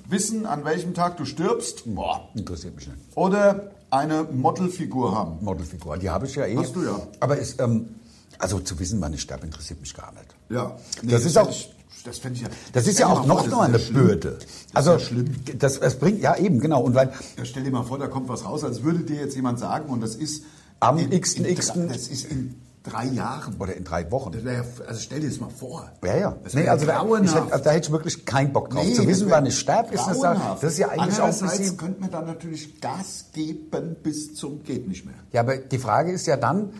S3: wissen, an welchem Tag du stirbst?
S4: Boah, interessiert mich nicht.
S3: Oder eine Modelfigur haben?
S4: Modelfigur, die habe ich ja eh.
S3: Hast du ja.
S4: Aber ist, ähm, also zu wissen, wann ich sterbe, interessiert mich gar nicht.
S3: Ja.
S4: Das ist
S3: fänd
S4: auch-
S3: Ich, das fände ich ja.
S4: Das ist ja
S3: stell dir
S4: auch
S3: mal
S4: noch
S3: vor,
S4: nur eine
S3: Genau. das ist ja schlimm.
S4: Bürde. Also
S3: ja schlimm.
S4: Das, das bringt ja eben genau. Und weil
S3: Ja, stell dir mal vor, da kommt was raus, als würde dir jetzt jemand sagen, und das ist.
S4: Am
S3: in-
S4: xten,
S3: in
S4: xten.
S3: drei- Das ist in drei Jahren.
S4: oder in drei Wochen.
S3: Das wär ja- Also stell dir das mal vor.
S4: Ja, ja.
S3: Das
S4: Nee,
S3: wär
S4: also da, ich
S3: grauenhaft.
S4: hätte, also da hätte ich wirklich keinen Bock drauf.
S3: Nee,
S4: Zu wissen,
S3: das wär
S4: wann ich sterbe, ist das, da,
S3: grauenhaft.
S4: das ist ja eigentlich auch ein
S3: Andererseits
S4: bisschen...
S3: könnte man dann natürlich Gas geben bis zum geht nicht mehr.
S4: Ja, aber die Frage ist ja dann,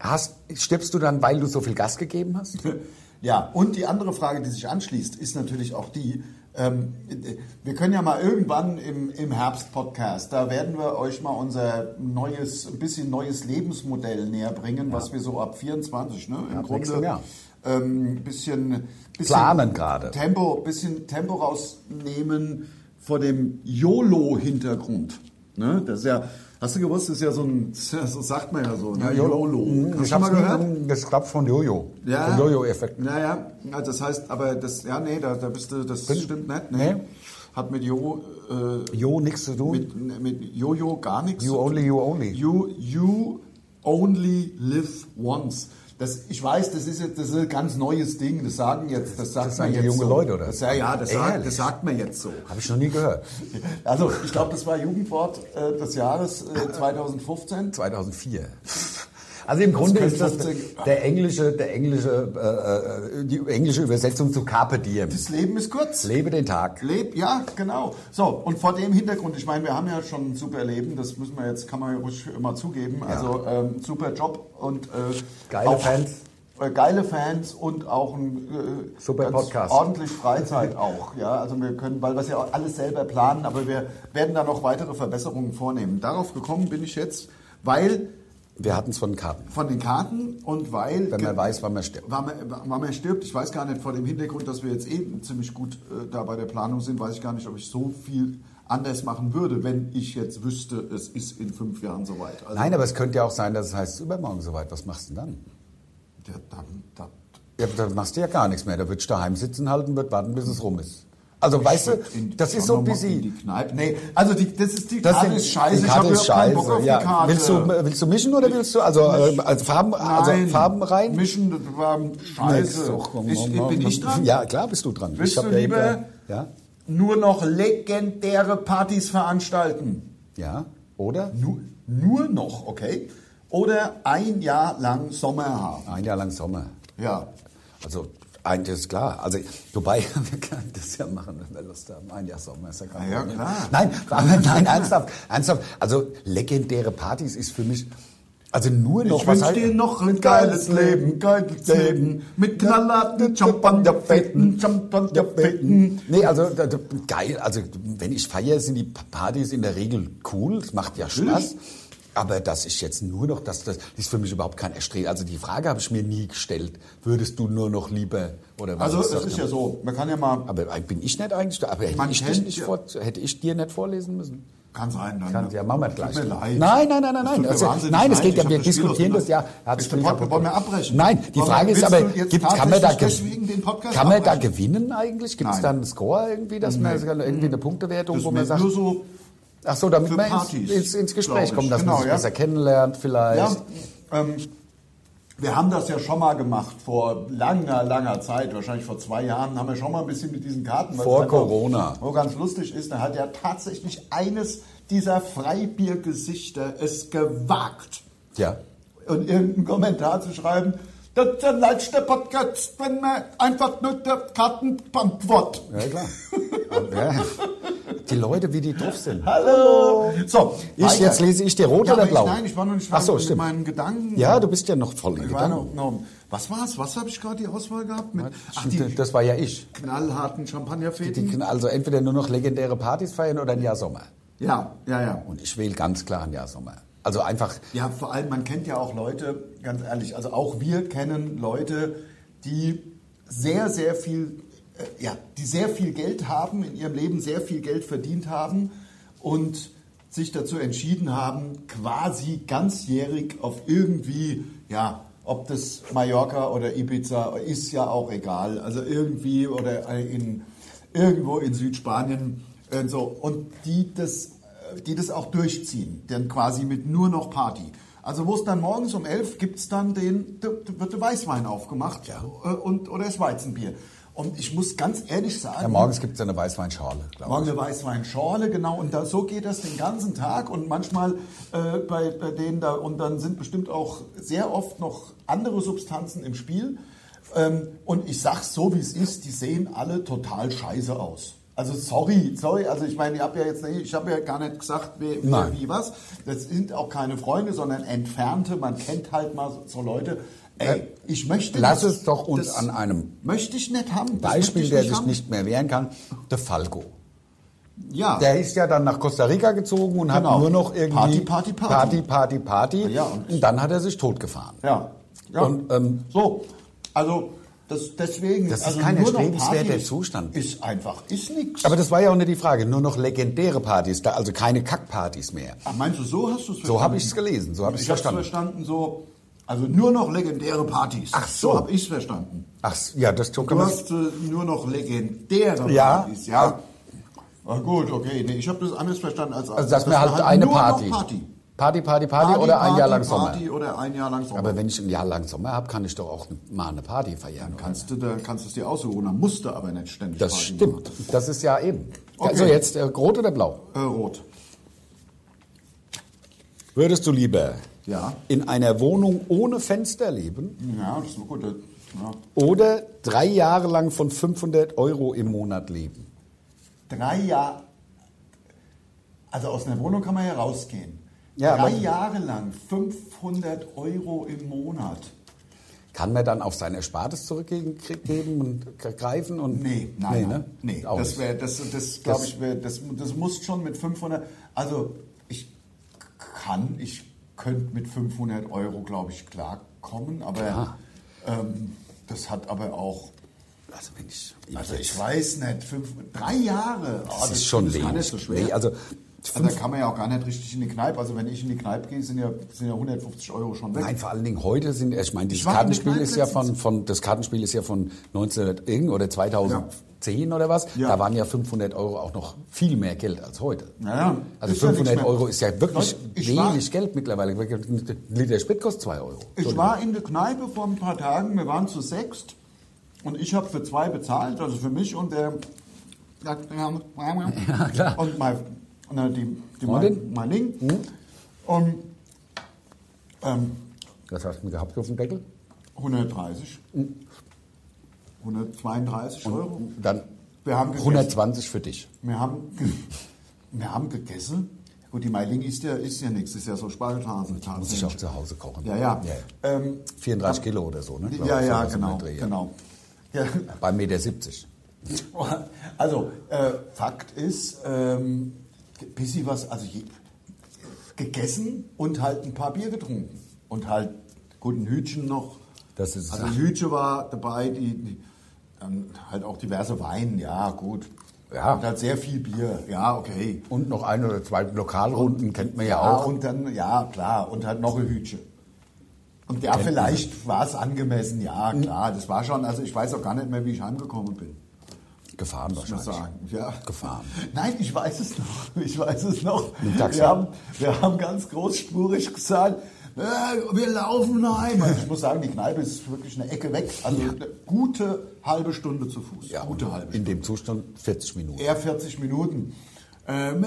S4: hast, stirbst du dann, weil du so viel Gas gegeben hast?
S3: Ja, und die andere Frage, die sich anschließt, ist natürlich auch die, ähm, wir können ja mal irgendwann im, im Herbst-Podcast, da werden wir euch mal unser neues, ein bisschen neues Lebensmodell näher bringen, was wir so ab 24, ne, im
S4: Ab nächstem
S3: Grunde,
S4: Jahr.
S3: ähm, bisschen, bisschen
S4: Planen gerade.
S3: Tempo, bisschen Tempo rausnehmen vor dem YOLO-Hintergrund, ne, das ist ja, hast du gewusst, das ist ja so ein, so sagt man ja so, ne, YOLO.
S4: Ich
S3: Hast du
S4: habe
S3: mal gehört?
S4: Das klappt von Jojo.
S3: Ja.
S4: Vom Jojo-Effekt.
S3: Naja, ja, das heißt, aber das, ja, nee, da, da bist du, das stimmt nicht, nee.
S4: Nee.
S3: Hat mit Jo, äh,
S4: Jo, nichts zu tun.
S3: mit, mit Jojo gar nichts.
S4: You
S3: zu
S4: only,
S3: tun.
S4: you only.
S3: You, you only live once. Das, ich weiß, das ist jetzt das ist ein ganz neues Ding. Das sagen jetzt, das sagt
S4: das sagen
S3: man
S4: die
S3: jetzt
S4: junge
S3: so.
S4: Leute, oder?
S3: Das, ja, ja, das, sagt,
S4: Ehrlich?
S3: das sagt man jetzt so.
S4: Habe ich noch nie gehört.
S3: Also, ich glaube, das war Jugendwort äh, des Jahres äh, 2015.
S4: 2004. Also im Grunde
S3: könnte
S4: ist das
S3: 15
S4: der englische, der englische, äh, äh, die englische Übersetzung zu Carpe Diem.
S3: Das Leben ist kurz.
S4: Lebe den Tag.
S3: Leb, ja, genau. So, und vor dem Hintergrund, ich meine, wir haben ja schon ein super Leben, das müssen wir jetzt, kann man ja ruhig immer zugeben. Also ähm, super Job und äh,
S4: Geile Fans.
S3: Äh, geile Fans und auch ein äh,
S4: Super Podcast.
S3: ordentlich Freizeit auch. Ja, also wir können, weil wir es ja alles selber planen, aber wir werden da noch weitere Verbesserungen vornehmen. Darauf gekommen bin ich jetzt, weil
S4: Wir hatten es von Karten.
S3: von den Karten und weil
S4: Wenn man weiß, wann man stirbt.
S3: wann man, wann man stirbt. Ich weiß gar nicht vor dem Hintergrund, dass wir jetzt eben ziemlich gut äh, da bei der Planung sind, weiß ich gar nicht, ob ich so viel anders machen würde, wenn ich jetzt wüsste, es ist in fünf Jahren soweit. Also,
S4: Nein, aber es könnte ja auch sein, dass es heißt, es ist übermorgen soweit. Was machst du denn dann?
S3: Ja, dann, dann,
S4: Ja, dann machst du ja gar nichts mehr. Da würdest du daheim sitzen halten, wird warten, bis es rum ist. Also weißt du,
S3: würd in-
S4: das ist
S3: schon
S4: so ein
S3: noch mal in
S4: bisschen.
S3: Die Kneipe. Nee, also die, das ist die
S4: Das
S3: Karte
S4: sind-
S3: ist scheiße.
S4: Die Karte
S3: ich
S4: ist
S3: habe keinen Bock
S4: scheiße.
S3: auf die
S4: Ja.
S3: Karte.
S4: Willst du willst du mischen oder willst du also, äh, also Farben also
S3: Nein.
S4: Farben rein?
S3: Mischen, das war
S4: Nix.
S3: scheiße.
S4: Doch, komm,
S3: Also, ich,
S4: komm,
S3: bin
S4: komm.
S3: ich dran?
S4: Ja, klar bist du dran.
S3: Willst
S4: Ich hab
S3: du
S4: ja
S3: lieber-
S4: hinter- Ja,
S3: Nur noch legendäre Partys veranstalten.
S4: ja. Oder?
S3: Nur, nur noch, okay? Oder ein Jahr lang Sommer haben.
S4: Ein Jahr lang Sommer.
S3: Ja.
S4: Also eigentlich ist klar. Also wobei, wir können das ja machen, wenn wir Lust haben. Ein Jahr Sommer ist ja kein
S3: Ah ja,
S4: Problem.
S3: klar.
S4: Nein, aber nein, ernsthaft, ernsthaft. Also legendäre Partys ist für mich also nur noch
S3: ich
S4: was
S3: wünsche
S4: halt-
S3: dir noch ein geiles Leben, geiles Leben. Mit knallharten Champagnerfetten, Champagnerfetten.
S4: Nee, also da- da- geil. Also wenn ich feiere, sind die Pa- Partys in der Regel cool. Es macht ja Spaß. Aber dass ich jetzt nur noch, das, das ist für mich überhaupt kein Erstreben. Also die Frage habe ich mir nie gestellt. Würdest du nur noch lieber oder was?
S3: Also
S4: ich
S3: es
S4: sag,
S3: ist ja so, man kann ja mal
S4: Aber äh, bin ich nicht eigentlich? da- Aber hätte
S3: Man
S4: ich, dich
S3: kennt
S4: nicht
S3: ja-
S4: vor, hätte ich dir nicht vorlesen müssen?
S3: Kann sein, dann.
S4: Kann, ja, machen wir gleich.
S3: Tut mir leid.
S4: Nein, nein, nein, nein,
S3: Es
S4: nein.
S3: tut mir
S4: Also,
S3: wahnsinnig
S4: nein, es
S3: leid.
S4: geht
S3: Ich
S4: ja,
S3: hab
S4: wir
S3: Spiel
S4: diskutieren das ja.
S3: auseinandergebracht.
S4: Hat's
S3: Ist der
S4: Spiel
S3: Podcast,
S4: kaputt
S3: wollen wir
S4: gemacht.
S3: abbrechen?
S4: Nein, die
S3: Wollen wir-
S4: Frage ist
S3: willst
S4: aber,
S3: du jetzt
S4: gibt, kann, man da,
S3: tatsächlich
S4: ge-
S3: deswegen den Podcast
S4: kann man da
S3: abbrechen?
S4: gewinnen eigentlich? Gibt es
S3: Nein. Mhm.
S4: da einen Score irgendwie, dass man sogar irgendwie eine Punktewertung,
S3: Das
S4: wo
S3: ist
S4: man sagt,
S3: nur so,
S4: ach so, damit
S3: für
S4: man ins,
S3: Partys,
S4: ins, ins
S3: glaub
S4: Gespräch
S3: ich.
S4: kommt, dass
S3: Genau,
S4: man sich
S3: ja.
S4: besser kennenlernt vielleicht.
S3: ja, ähm, wir haben das ja schon mal gemacht, vor langer, langer Zeit, wahrscheinlich vor zwei Jahren, haben wir schon mal ein bisschen mit diesen Karten. weil
S4: Vor
S3: es einfach-
S4: Corona.
S3: Wo ganz lustig ist, da hat ja tatsächlich eines dieser Freibiergesichter es gewagt,
S4: ja.
S3: und irgendeinen Kommentar zu schreiben, das ist der letzte Podcast, wenn man einfach nur die Karten beantwortet.
S4: Ja, klar. Aber, ja. Die Leute, wie die drauf sind.
S3: Hallo. So,
S4: Ich,
S3: weiter.
S4: jetzt lese ich dir rot
S3: ja,
S4: oder
S3: aber
S4: blau?
S3: Ich, nein, ich war noch nicht
S4: Ach so,
S3: fertig
S4: stimmt.
S3: mit meinen Gedanken.
S4: Ja, du bist ja noch voll in
S3: ich war
S4: Gedanken.
S3: noch, noch, Genau. was war's? Was habe ich gerade die Auswahl gehabt? Mit, ach, die
S4: das war ja ich.
S3: knallharten
S4: Die
S3: Champagnerfäden?
S4: können also entweder nur noch legendäre Partys feiern oder ein Jahr Sommer.
S3: Ja, ja, ja.
S4: Und ich wähle ganz klar ein Jahr Sommer. Also einfach,
S3: Ja, vor allem, man kennt ja auch Leute, ganz ehrlich, also auch wir kennen Leute, die sehr, sehr viel, äh, ja, die sehr viel Geld haben, in ihrem Leben sehr viel Geld verdient haben und sich dazu entschieden haben, quasi ganzjährig auf irgendwie, ja, ob das Mallorca oder Ibiza ist ja auch egal, also irgendwie oder in, irgendwo in Südspanien und so. Und die das äh, die das auch durchziehen, dann quasi mit nur noch Party. Also wo es dann morgens um elf gibt es dann den, da wird der Weißwein aufgemacht äh, und, oder das Weizenbier. Und ich muss ganz ehrlich sagen,
S4: ja, morgens gibt es ja eine Weißweinschorle, glaube
S3: morgen eine Weißweinschorle, genau, und da, so geht das den ganzen Tag und manchmal äh, bei, bei denen da, und dann sind bestimmt auch sehr oft noch andere Substanzen im Spiel. Ähm, und ich sag's so, wie es ist, die sehen alle total scheiße aus. Also sorry, sorry, also ich meine, ich habe ja jetzt nicht, ich habe ja gar nicht gesagt, wer,
S4: Nein.
S3: wer, wie was. Das sind auch keine Freunde, sondern entfernte, man kennt halt mal so, so Leute.
S4: Äh,
S3: Ey, ich möchte
S4: lass
S3: das-
S4: es doch uns
S3: das
S4: an einem
S3: möchte ich nicht haben.
S4: ich.
S3: das möchte
S4: Beispiel,
S3: ich
S4: der sich
S3: haben.
S4: nicht mehr wehren kann, der Falco.
S3: ja.
S4: Der ist ja dann nach Costa Rica gezogen und hat
S3: Genau.
S4: nur noch irgendwie
S3: Party, Party,
S4: Party, Party,
S3: Party.
S4: Party.
S3: Ja,
S4: und,
S3: und-
S4: dann hat er sich totgefahren.
S3: Ja. ja.
S4: Und, ähm,
S3: so, also das, deswegen.
S4: Das ist
S3: also
S4: kein
S3: nur noch
S4: erstrebenswerter
S3: Party ist-
S4: Zustand.
S3: Ist einfach, ist nichts.
S4: Aber das war ja auch nicht die Frage. Nur noch legendäre Partys, da, also keine Kackpartys mehr.
S3: Ach, Ah, meinst du, so hast du es verstanden?
S4: So habe ich es gelesen, so habe ich es
S3: Ich habe es
S4: verstanden.
S3: verstanden so, also nur noch legendäre Partys.
S4: Ach so.
S3: habe ich es verstanden.
S4: Ach, ja, das tut
S3: Du hast äh, nur noch legendäre
S4: Ja.
S3: Partys, ja. Ah, gut, okay. Nee, ich habe das anders verstanden als
S4: Also, dass mir
S3: wir
S4: halt eine
S3: nur
S4: Party.
S3: Noch Party.
S4: Party, Party, Party oder ein
S3: Party,
S4: Jahr lang Sommer.
S3: Party oder ein Jahr lang Sommer.
S4: Aber wenn ich ein Jahr lang Sommer habe, kann ich doch auch mal eine Party feiern. Kann.
S3: kannst du da, kannst du es dir aussuchen, dann musst du aber nicht ständig
S4: Das
S3: Party machen.
S4: stimmt. Das ist ja eben.
S3: Okay.
S4: Also jetzt äh, rot oder blau?
S3: Äh, rot.
S4: Würdest du lieber
S3: Ja.
S4: in einer Wohnung ohne Fenster leben
S3: Ja, das ist gut. das- Ja.
S4: oder drei Jahre lang von 500 Euro im Monat leben?
S3: Drei Jahre. Also aus einer Wohnung kann man ja rausgehen.
S4: Ja,
S3: Drei
S4: aber-
S3: Jahre lang 500 Euro im Monat.
S4: Kann man dann auf sein Erspartes zurückgeben und g- greifen? Und
S3: Nee, nein,
S4: ne?
S3: nein. Nee,
S4: Auch
S3: das
S4: nicht.
S3: wäre, das, das glaube
S4: Das-
S3: ich, wär, das, das muss schon mit 500. Also ich kann, ich könnte mit 500 Euro, glaube ich, klarkommen, aber
S4: Klar.
S3: ähm, das hat aber auch
S4: Also wenn ich,
S3: Also ich weiß nicht, fünf, drei Jahre. Oh,
S4: das, ist schon
S3: das
S4: wenig.
S3: Gar nicht so schwer.
S4: Nee, also
S3: also da kann man ja auch gar nicht richtig in die Kneipe. Also wenn ich in die Kneipe gehe, sind ja, sind ja 150 Euro schon weg.
S4: Nein, vor allen Dingen heute sind, äh, ich meine, dieses
S3: war in der
S4: Kartenspiel
S3: Kneipe
S4: ist ja von,
S3: letztens.
S4: von, das Kartenspiel ist ja von 1900 irgend oder 2000,
S3: Ja.
S4: 10 oder was,
S3: Ja.
S4: da waren ja 500 Euro auch noch viel mehr Geld als heute.
S3: Naja,
S4: Also
S3: ist ja nichts
S4: 500
S3: mehr.
S4: Euro ist ja wirklich
S3: Leute, ich war-
S4: wenig Geld mittlerweile. Ein Liter Sprit kostet 2 Euro.
S3: Ich war in der Kneipe vor ein paar Tagen, wir waren zu sechst und ich habe für zwei bezahlt, also für mich und der. Ja,
S4: klar. Hm?
S3: Und mein, na, die, die
S4: Freundin?
S3: mein, mein Ding. Und ähm,
S4: Was hast du denn gehabt auf dem Deckel?
S3: 130,
S4: Hm.
S3: 132 Euro.
S4: Dann
S3: Wir haben gegessen.
S4: 120 für dich.
S3: Wir haben, ge- wir haben gegessen. Gut, die Meiling ist ja, ist ja nichts, ist ja so Spargeltasen.
S4: Muss ich auch zu Hause kochen.
S3: Ja, ja. Ähm,
S4: 34 Kilo oder so, ne? Glaub
S3: ja,
S4: ich,
S3: ja,
S4: sowas in
S3: genau.
S4: der Dreh, ja.
S3: genau. Ja,
S4: Bei 1,70 Meter.
S3: Also, äh, Fakt ist, ähm, bisschen was, also je, gegessen und halt ein paar Bier getrunken. Und halt guten Hütchen noch.
S4: Das ist es.
S3: also, ein Hütchen war dabei, die, die, ähm, halt auch diverse Wein, ja, gut.
S4: Ja.
S3: Und halt sehr viel Bier, ja, okay.
S4: Und noch ein oder zwei Lokalrunden kennt man ja
S3: Ja,
S4: auch.
S3: und dann, ja, klar, und halt noch ein Hütchen. Und ja,
S4: Kennt man. Hm.
S3: vielleicht war es angemessen, ja, klar, das war schon, also ich weiß auch gar nicht mehr, wie ich heimgekommen bin.
S4: Gefahren
S3: Muss man
S4: wahrscheinlich.
S3: sagen. Ja.
S4: Gefahren.
S3: Nein, ich weiß es noch. Ich weiß es noch.
S4: Mit Taxi.
S3: Wir haben, wir haben ganz großspurig gesagt, äh, wir laufen nach Hause. Also ich muss sagen, die Kneipe ist wirklich eine Ecke weg. Also eine gute halbe Stunde zu Fuß.
S4: Ja,
S3: gute halbe
S4: in
S3: Stunde.
S4: dem Zustand 40 Minuten.
S3: Eher 40 Minuten. Ähm, äh,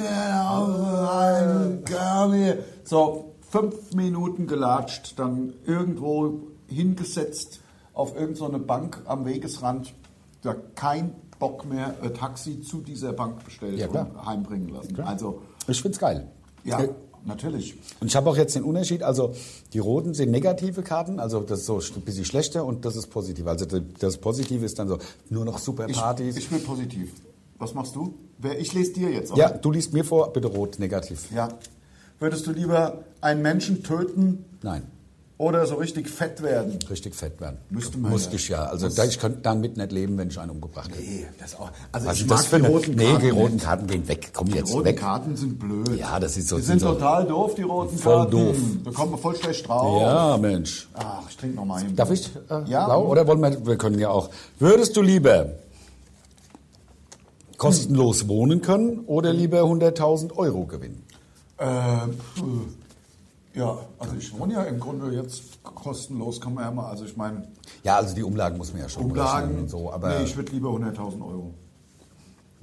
S3: äh, gar nicht. so, fünf Minuten gelatscht, dann irgendwo hingesetzt auf irgendeine so eine Bank am Wegesrand. Da kein Bock mehr, ein Taxi zu dieser Bank bestellt
S4: Ja, klar.
S3: und heimbringen lassen.
S4: Klar.
S3: Also,
S4: Ich find's geil.
S3: ja,
S4: Äh,
S3: natürlich.
S4: Und ich habe auch jetzt den Unterschied, also die roten sind negative Karten, also das ist so ein bisschen schlechter und das ist positiv. Also das Positive ist dann so, nur noch super
S3: Ich,
S4: Partys.
S3: ich bin positiv. Was machst du? Wer- Ich lese dir jetzt auf.
S4: ja, du liest mir vor, bitte rot, negativ.
S3: ja. Würdest du lieber einen Menschen töten
S4: Nein,
S3: oder so richtig fett werden?
S4: richtig fett werden.
S3: Müsste man
S4: Musste
S3: ja.
S4: ich ja. Also da, ich könnte damit nicht leben, wenn ich einen umgebracht hätte.
S3: Nee, das auch. Also,
S4: Also
S3: ich
S4: das
S3: mag
S4: für
S3: die
S4: eine-
S3: roten
S4: nee,
S3: Karten.
S4: die roten Karten gehen weg. Komm
S3: Die
S4: jetzt
S3: roten
S4: weg.
S3: Karten sind blöd.
S4: Ja, das ist so-
S3: Die sind
S4: sind so-
S3: total doof, die roten
S4: Voll
S3: Karten.
S4: doof.
S3: Da kommt man voll schlecht drauf.
S4: Ja, Mensch.
S3: Ach, ich trinke nochmal hin.
S4: Darf ich äh,
S3: ja.
S4: blau? Oder wollen wir, wir können ja auch. Würdest du lieber kostenlos wohnen können oder lieber 100.000 Euro gewinnen?
S3: Ähm, äh, ja, also ich wohne ja im Grunde jetzt kostenlos, kann man ja mal. Also ich meine,
S4: Ja, also die Umlagen muss man ja schon
S3: Umlagen.
S4: berechnen und so, aber
S3: nee, ich würde lieber 100.000 Euro.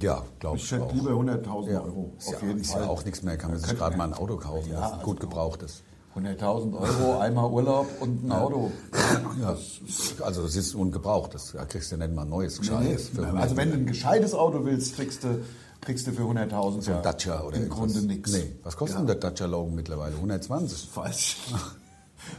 S4: ja, glaube ich,
S3: Ich hätte
S4: auch.
S3: lieber 100.000 Euro.
S4: ist
S3: Auf
S4: ja,
S3: jeden
S4: ist
S3: Fall.
S4: ja auch nichts mehr, kann man sich
S3: Könnte
S4: gerade mal
S3: man.
S4: ein Auto kaufen,
S3: Ja,
S4: das
S3: also-
S4: gut gebraucht ist.
S3: 100.000 Euro, einmal Urlaub und ein Auto.
S4: Ja, also es ist ungebraucht, das da kriegst du nicht mal ein neues,
S3: Nee,
S4: gescheites. für
S3: also wenn du ein gescheites Auto willst, kriegst du, kriegst du für 100.000
S4: so ein Dacia oder
S3: im
S4: irgendwas.
S3: Grunde nichts.
S4: Nee, was kostet denn der Dacia Logan mittlerweile? 120?
S3: Falsch.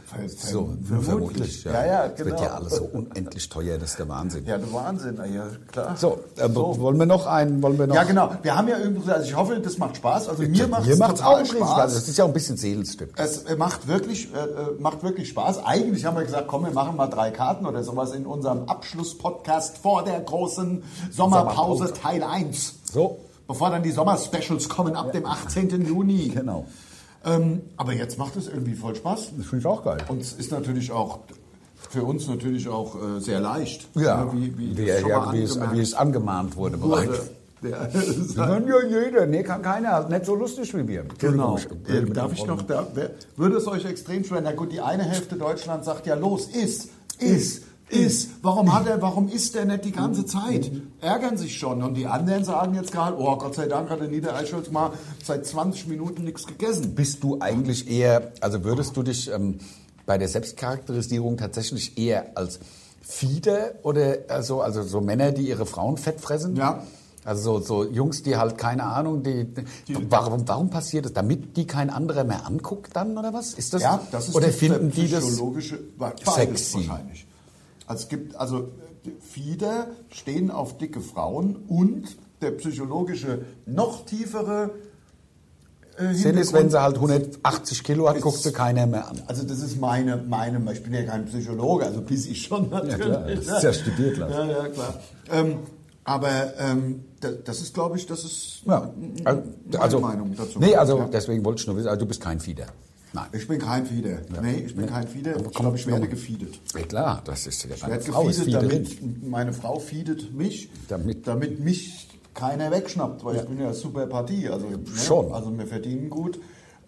S3: Falsch.
S4: So, vermutlich. ja.
S3: Ähm, Ja, ja,
S4: Es
S3: genau.
S4: wird ja alles so unendlich teuer, das ist der Wahnsinn.
S3: Ja, der Wahnsinn, ah, ja, klar.
S4: So, äh, wollen wir noch einen? Wollen wir noch?
S3: Ja, genau. Wir haben ja irgendwie, also ich hoffe, das macht Spaß. Also mir macht
S4: Mir
S3: es
S4: macht's auch
S3: total
S4: richtig
S3: Spaß.
S4: Spaß. Das ist ja auch ein bisschen Seelenstück.
S3: Es äh, macht wirklich, äh, äh, macht wirklich Spaß. Eigentlich haben wir gesagt, komm, wir machen mal drei Karten oder sowas in unserem Abschlusspodcast vor der großen Sommerpause
S4: Sommerpause.
S3: Teil 1.
S4: So.
S3: Bevor dann die Sommerspecials kommen ab dem 18. Juni.
S4: Genau.
S3: Ähm, aber jetzt macht es irgendwie voll Spaß.
S4: Das finde ich auch geil.
S3: Und es ist natürlich auch für uns natürlich auch äh, sehr leicht.
S4: Ja,
S3: Ne, Wie, wie,
S4: wie,
S3: das schon
S4: ja,
S3: mal
S4: wie, es,
S3: angemerkt
S4: wie es Genau. angemahnt wurde bereits.
S3: wurde. Ja, das ist halt-
S4: Kann ja jeder, nee, kann keiner. Nicht so lustig wie wir.
S3: Genau.
S4: Entschuldigung.
S3: Ähm, darf ich noch, da, wer, würde es euch extrem schwer, na gut, die eine Hälfte Deutschlands sagt ja los, ist, ist, ist. Warum hat er, warum ist er nicht die ganze Zeit? Ärgern sich schon. Und die anderen sagen jetzt gerade, oh Gott sei Dank hat der Niedereischholz mal seit 20 Minuten nichts gegessen.
S4: Bist du eigentlich eher, also würdest du dich ähm, bei der Selbstcharakterisierung tatsächlich eher als Fieder oder äh, so, also so Männer, die ihre Frauen fett fressen?
S3: Ja.
S4: Also so, so Jungs, die halt keine Ahnung, die, warum, warum passiert das? Damit die kein anderer mehr anguckt dann oder was? Ist das,
S3: Ja, das ist
S4: oder
S3: das
S4: finden die das?
S3: psychologische beides
S4: sexy?
S3: wahrscheinlich. Also es gibt also äh, Fieder stehen auf dicke Frauen und der psychologische noch tiefere äh,
S4: Sinn ist, wenn
S3: Hintergrund-
S4: sie halt 180 Kilo hat, guckt sie keiner mehr an.
S3: also das ist meine, meine, ich bin ja kein Psychologe, also bis ich schon natürlich.
S4: klar, das ist ja studiert, Lars.
S3: Ja, ja, klar. Ähm, aber ähm, das, das ist, glaube ich, das ist
S4: Ja,
S3: m- m-
S4: also,
S3: meine Meinung dazu.
S4: Nee, also
S3: Ja.
S4: deswegen wollte ich nur wissen, also du bist kein Fieder. Nein.
S3: Ich bin kein Fieder. Nee, ich bin kein Fieder. Ich glaube, ich werde gefiedert.
S4: Ja, klar, das ist ja
S3: Ich werde
S4: deine Frau ist
S3: gefeedet,
S4: Fiederin.
S3: damit meine Frau fiedet mich,
S4: Damit-
S3: damit, mich keiner wegschnappt, weil ich bin ja super Partie. Also, ne?
S4: Schon.
S3: Also wir verdienen gut.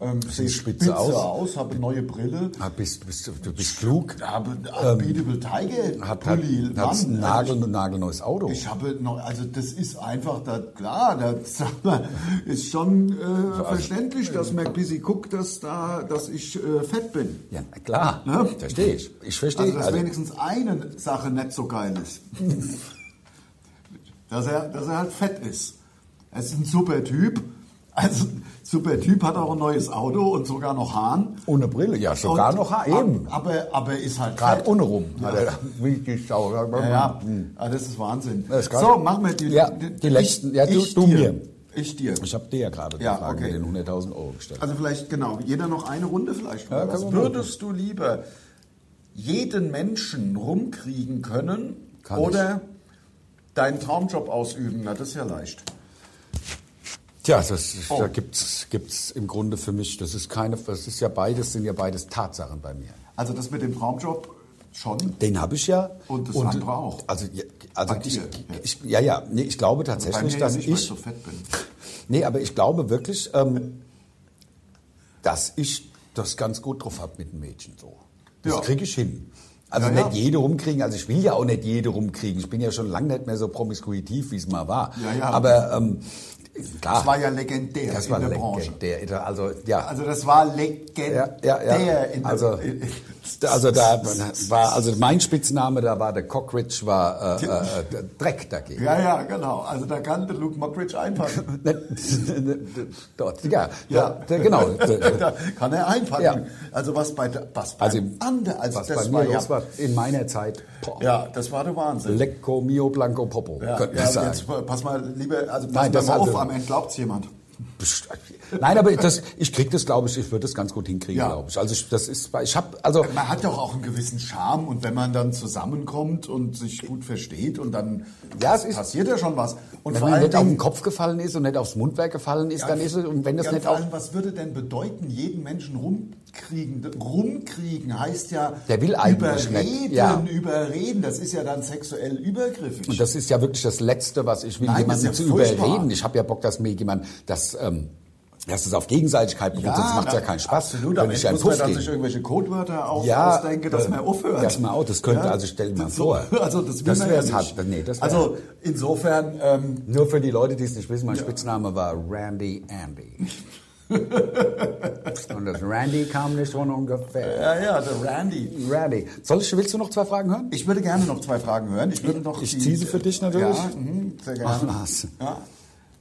S3: Ähm, Sehe
S4: Siehst spitze aus.
S3: habe neue Brille.
S4: Ah, bist, bist, du- du bist klug.
S3: Habe Unbeatable Tiger
S4: Ähm, Hat, hat,
S3: Pulli.
S4: hat ein
S3: Mann, also
S4: Nagel, nagelneues Auto.
S3: ich, ich habe noch, also das ist einfach, da, klar, das ist schon äh,
S4: Also,
S3: verständlich,
S4: äh,
S3: dass man ein bisschen guckt, dass, da, dass ich äh, fett bin.
S4: ja, na klar,
S3: Ne?
S4: verstehe ich. Ich verstehe.
S3: Also, dass
S4: also,
S3: wenigstens eine Sache nicht so geil ist. dass, er, dass er halt fett ist. Er ist ein super Typ. Also, super Typ hat auch ein neues Auto und sogar noch Hahn.
S4: ohne Brille, ja, sogar
S3: Und-
S4: noch ha- eben.
S3: Aber, aber ist halt
S4: Gerade
S3: fett.
S4: ohne rum. Hat er- Wie die Sau.
S3: Ja, ja. Ah, das ist Wahnsinn.
S4: Das Mhm. ist geil.
S3: so, machen wir die,
S4: Ja, die letzten. Ja, du- du
S3: dir.
S4: mir.
S3: Ich dir.
S4: Ich habe dir ja gerade die
S3: Ja,
S4: Frage
S3: okay.
S4: mit den 100.000 Euro gestellt.
S3: Also vielleicht, genau, jeder noch eine Runde vielleicht.
S4: Ja, können
S3: Was
S4: wir
S3: würdest du lieber jeden Menschen rumkriegen können
S4: Kann
S3: oder deinen Traumjob ausüben? Na, das ist ja leicht.
S4: Tja, das,
S3: Oh.
S4: da gibt's gibt's im Grunde für mich, das ist keine, das ist ja beides, sind ja beides Tatsachen bei mir.
S3: Also das mit dem Traumjob schon.
S4: Den habe ich ja.
S3: Und das andere auch.
S4: Also, ja, also
S3: Bei
S4: ich,
S3: dir, ja.
S4: ich, ja, ja, nee, ich glaube
S3: Bei
S4: tatsächlich,
S3: mir ja
S4: dass
S3: nicht, weil ich
S4: ich, Ah.
S3: so fett bin.
S4: nee, aber ich glaube wirklich, ähm, dass ich das ganz gut drauf habe mit dem Mädchen so. Das
S3: Ja.
S4: kriege ich hin. Also
S3: Ja, ja.
S4: nicht jede rumkriegen, also ich will ja auch nicht jede rumkriegen. Ich bin ja schon lange nicht mehr so promiskuitiv, wie es mal war.
S3: Ja, ja.
S4: Aber ähm, klar,
S3: Das war ja legendär
S4: das
S3: in
S4: war
S3: der Branche.
S4: legendär. Also ja,
S3: Also das war legendär
S4: ja, ja, ja.
S3: in der
S4: Also, also da war also mein Spitzname da war der Cockridge war äh, äh, äh, Dreck dagegen.
S3: Ja, ja, genau. Also da kann der Luke Mockridge einpacken.
S4: Dort, ja, ja.
S3: Ja.
S4: genau.
S3: da kann er einpacken.
S4: Ja.
S3: Also was bei
S4: Also
S3: was also
S4: im-
S3: andere, also
S4: Was
S3: das
S4: bei
S3: war
S4: mir
S3: ja,
S4: los war in meiner Zeit, boah,
S3: ja, das war der Wahnsinn.
S4: Lecco mio blanco popo,
S3: ja,
S4: könnte
S3: ja,
S4: man sagen.
S3: jetzt äh, pass mal lieber, also
S4: Nein,
S3: pass mal
S4: das
S3: auf,
S4: also-
S3: am Ende glaubt's jemand.
S4: Psst, Nein, aber das, ich krieg das, glaube ich, ich würde das ganz gut hinkriegen,
S3: Ja.
S4: glaube ich. Also ich, das ist, ich habe, also
S3: Man hat doch auch einen gewissen Charme und wenn man dann zusammenkommt und sich gut versteht und dann
S4: Ja, es ist-
S3: passiert ja schon was. Und
S4: wenn
S3: vor
S4: man
S3: allen
S4: nicht auf den
S3: Dingen,
S4: Kopf gefallen ist und nicht aufs Mundwerk gefallen ist, dann ist es und wenn das
S3: ja,
S4: nicht
S3: vor
S4: auf
S3: allem, was würde denn bedeuten, jeden Menschen rumkriegen? Rumkriegen heißt ja
S4: Der will eigentlich nicht,
S3: überreden,
S4: ja.
S3: überreden. Das ist ja dann sexuell übergriffig.
S4: Und das ist ja wirklich das Letzte, was ich will,
S3: Nein, das
S4: jemanden
S3: ist
S4: zu
S3: ja furchtbar.
S4: überreden. Ich habe ja Bock, dass mir jemand das, ähm, dass es auf Gegenseitigkeit beruht, sonst macht es ja
S3: na,
S4: keinen Spaß.
S3: Absolut,
S4: wenn
S3: aber
S4: ich
S3: ich
S4: ja einen
S3: muss man
S4: Puff
S3: dann
S4: kriege.
S3: sich irgendwelche Codewörter auch
S4: Ja,
S3: ausdenken, dass
S4: äh,
S3: man aufhört.
S4: dass man auch- das könnte- also stell dir mal vor.
S3: Also das, will
S4: Das
S3: man
S4: wär's
S3: ja nicht.
S4: hart. Nee, das wär-
S3: also insofern, ähm,
S4: Nur für die Leute, die es nicht wissen, mein Spitzname war Randy Andy. und das Randy kam nicht von ungefähr.
S3: ja, ja, der Randy.
S4: Randy. Soll ich, willst du noch zwei Fragen hören?
S3: Ich würde gerne noch zwei Fragen hören. Ich würde noch
S4: Ich
S3: die-
S4: ziehe sie für dich natürlich.
S3: Ja, mhm, sehr gerne.
S4: Ach was.
S3: Ja.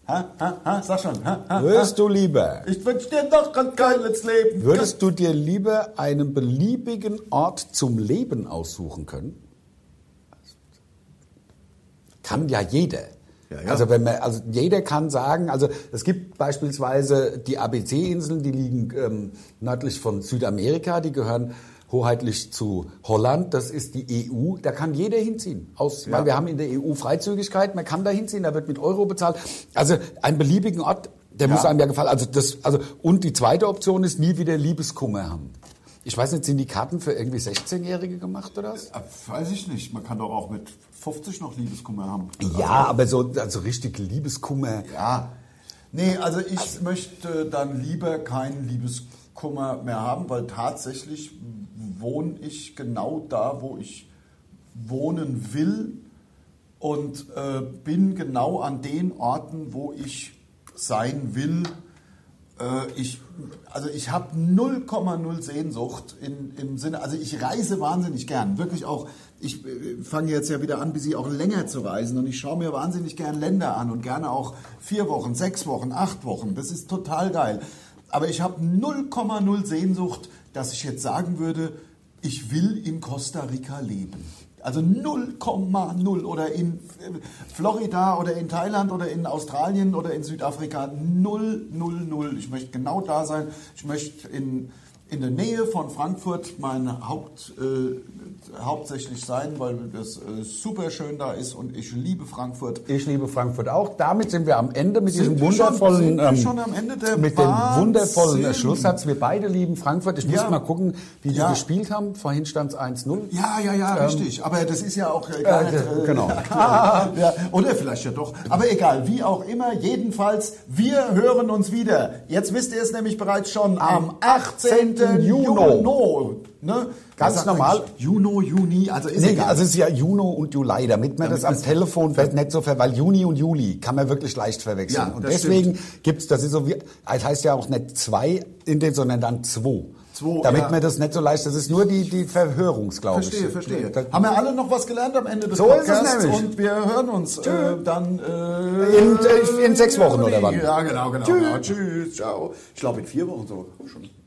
S3: Ha, ha, ha, sag schon. Ha, ha,
S4: Würdest
S3: ha.
S4: du lieber,
S3: Ich wünsche dir noch ein geiles Leben.
S4: würdest du dir lieber einen beliebigen Ort zum Leben aussuchen können? Kann ja jeder.
S3: Ja, ja.
S4: Also wenn man, also jeder kann sagen, also es gibt beispielsweise die ABC-Inseln, die liegen ähm, nördlich von Südamerika, die gehören hoheitlich zu Holland, das ist die EU, da kann jeder hinziehen. Aus, Weil wir haben in der EU Freizügigkeit, man kann da hinziehen, da wird mit Euro bezahlt. Also einen beliebigen Ort, der
S3: Ja.
S4: muss einem ja gefallen. Also das, also, und die zweite Option ist, nie wieder Liebeskummer haben. Ich weiß nicht, sind die Karten für irgendwie 16-Jährige gemacht oder was?
S3: Ah, Weiß ich nicht. Man kann doch auch mit 50 noch Liebeskummer haben.
S4: Ja, aber so also richtig Liebeskummer.
S3: Ja. Nee, also ich möchte dann lieber keinen Liebeskummer mehr haben, weil tatsächlich wohne ich genau da, wo ich wohnen will und äh, bin genau an den Orten, wo ich sein will. Äh, ich, also ich habe 0,0 Sehnsucht in, im Sinne, also ich reise wahnsinnig gern, wirklich auch. Ich äh, fange jetzt ja wieder an, bis ich auch länger zu reisen und ich schaue mir wahnsinnig gern Länder an und gerne auch vier Wochen, sechs Wochen, acht Wochen. Das ist total geil. Aber ich habe 0,0 Sehnsucht, dass ich jetzt sagen würde, ich will in Costa Rica leben. Also 0,0 oder in äh, Florida oder in Thailand oder in Australien oder in Südafrika 000. Ich möchte genau da sein. Ich möchte in, in der Nähe von Frankfurt mein Haupt, äh, hauptsächlich sein, weil das äh, super schön da ist und ich liebe Frankfurt.
S4: Ich liebe Frankfurt auch. Damit sind wir am Ende mit diesem
S3: wir schon-
S4: wundervollen,
S3: sind wir
S4: ähm,
S3: schon am Ende der
S4: mit dem
S3: Wahnsinn.
S4: wundervollen äh, Schlusssatz. Wir beide lieben Frankfurt. Ich muss
S3: Ja.
S4: mal gucken, wie
S3: Ja.
S4: die gespielt haben. Vorhin stand es 1-0.
S3: Ja, ja, ja, richtig. Aber das ist ja auch äh, gar
S4: Ähm, äh,
S3: nicht. Äh,
S4: genau.
S3: aktuell. ja, oder vielleicht ja doch. Aber egal, wie auch immer, jedenfalls, wir hören uns wieder. Jetzt wisst ihr es nämlich bereits schon am 18.
S4: Juni.
S3: Juno, ne?
S4: Ganz
S3: Man sagt
S4: normal.
S3: eigentlich Juno, Juni, also ist
S4: Nee,
S3: egal.
S4: also es ist ja Juno und Juli, damit man das am Telefon vielleicht nicht so ver, weil Juni und Juli kann man wirklich leicht verwechseln.
S3: Ja,
S4: und
S3: das
S4: deswegen gibt's, das ist so wie, es heißt ja auch nicht zwei in dem, sondern dann zwei.
S3: Zwei,
S4: damit
S3: ja.
S4: man das nicht so leicht, das ist nur die, die Verhörungsglaube.
S3: Verstehe, verstehe.
S4: Das,
S3: Haben wir alle noch was gelernt am Ende des
S4: So ist es
S3: Podcasts
S4: nämlich.
S3: und wir hören uns äh, dann äh,
S4: In- in sechs Wochen oder wann?
S3: Ja, genau, genau.
S4: Tschüss.
S3: Genau. Tschüss, ciao. Ich glaube in vier Wochen so. Schon.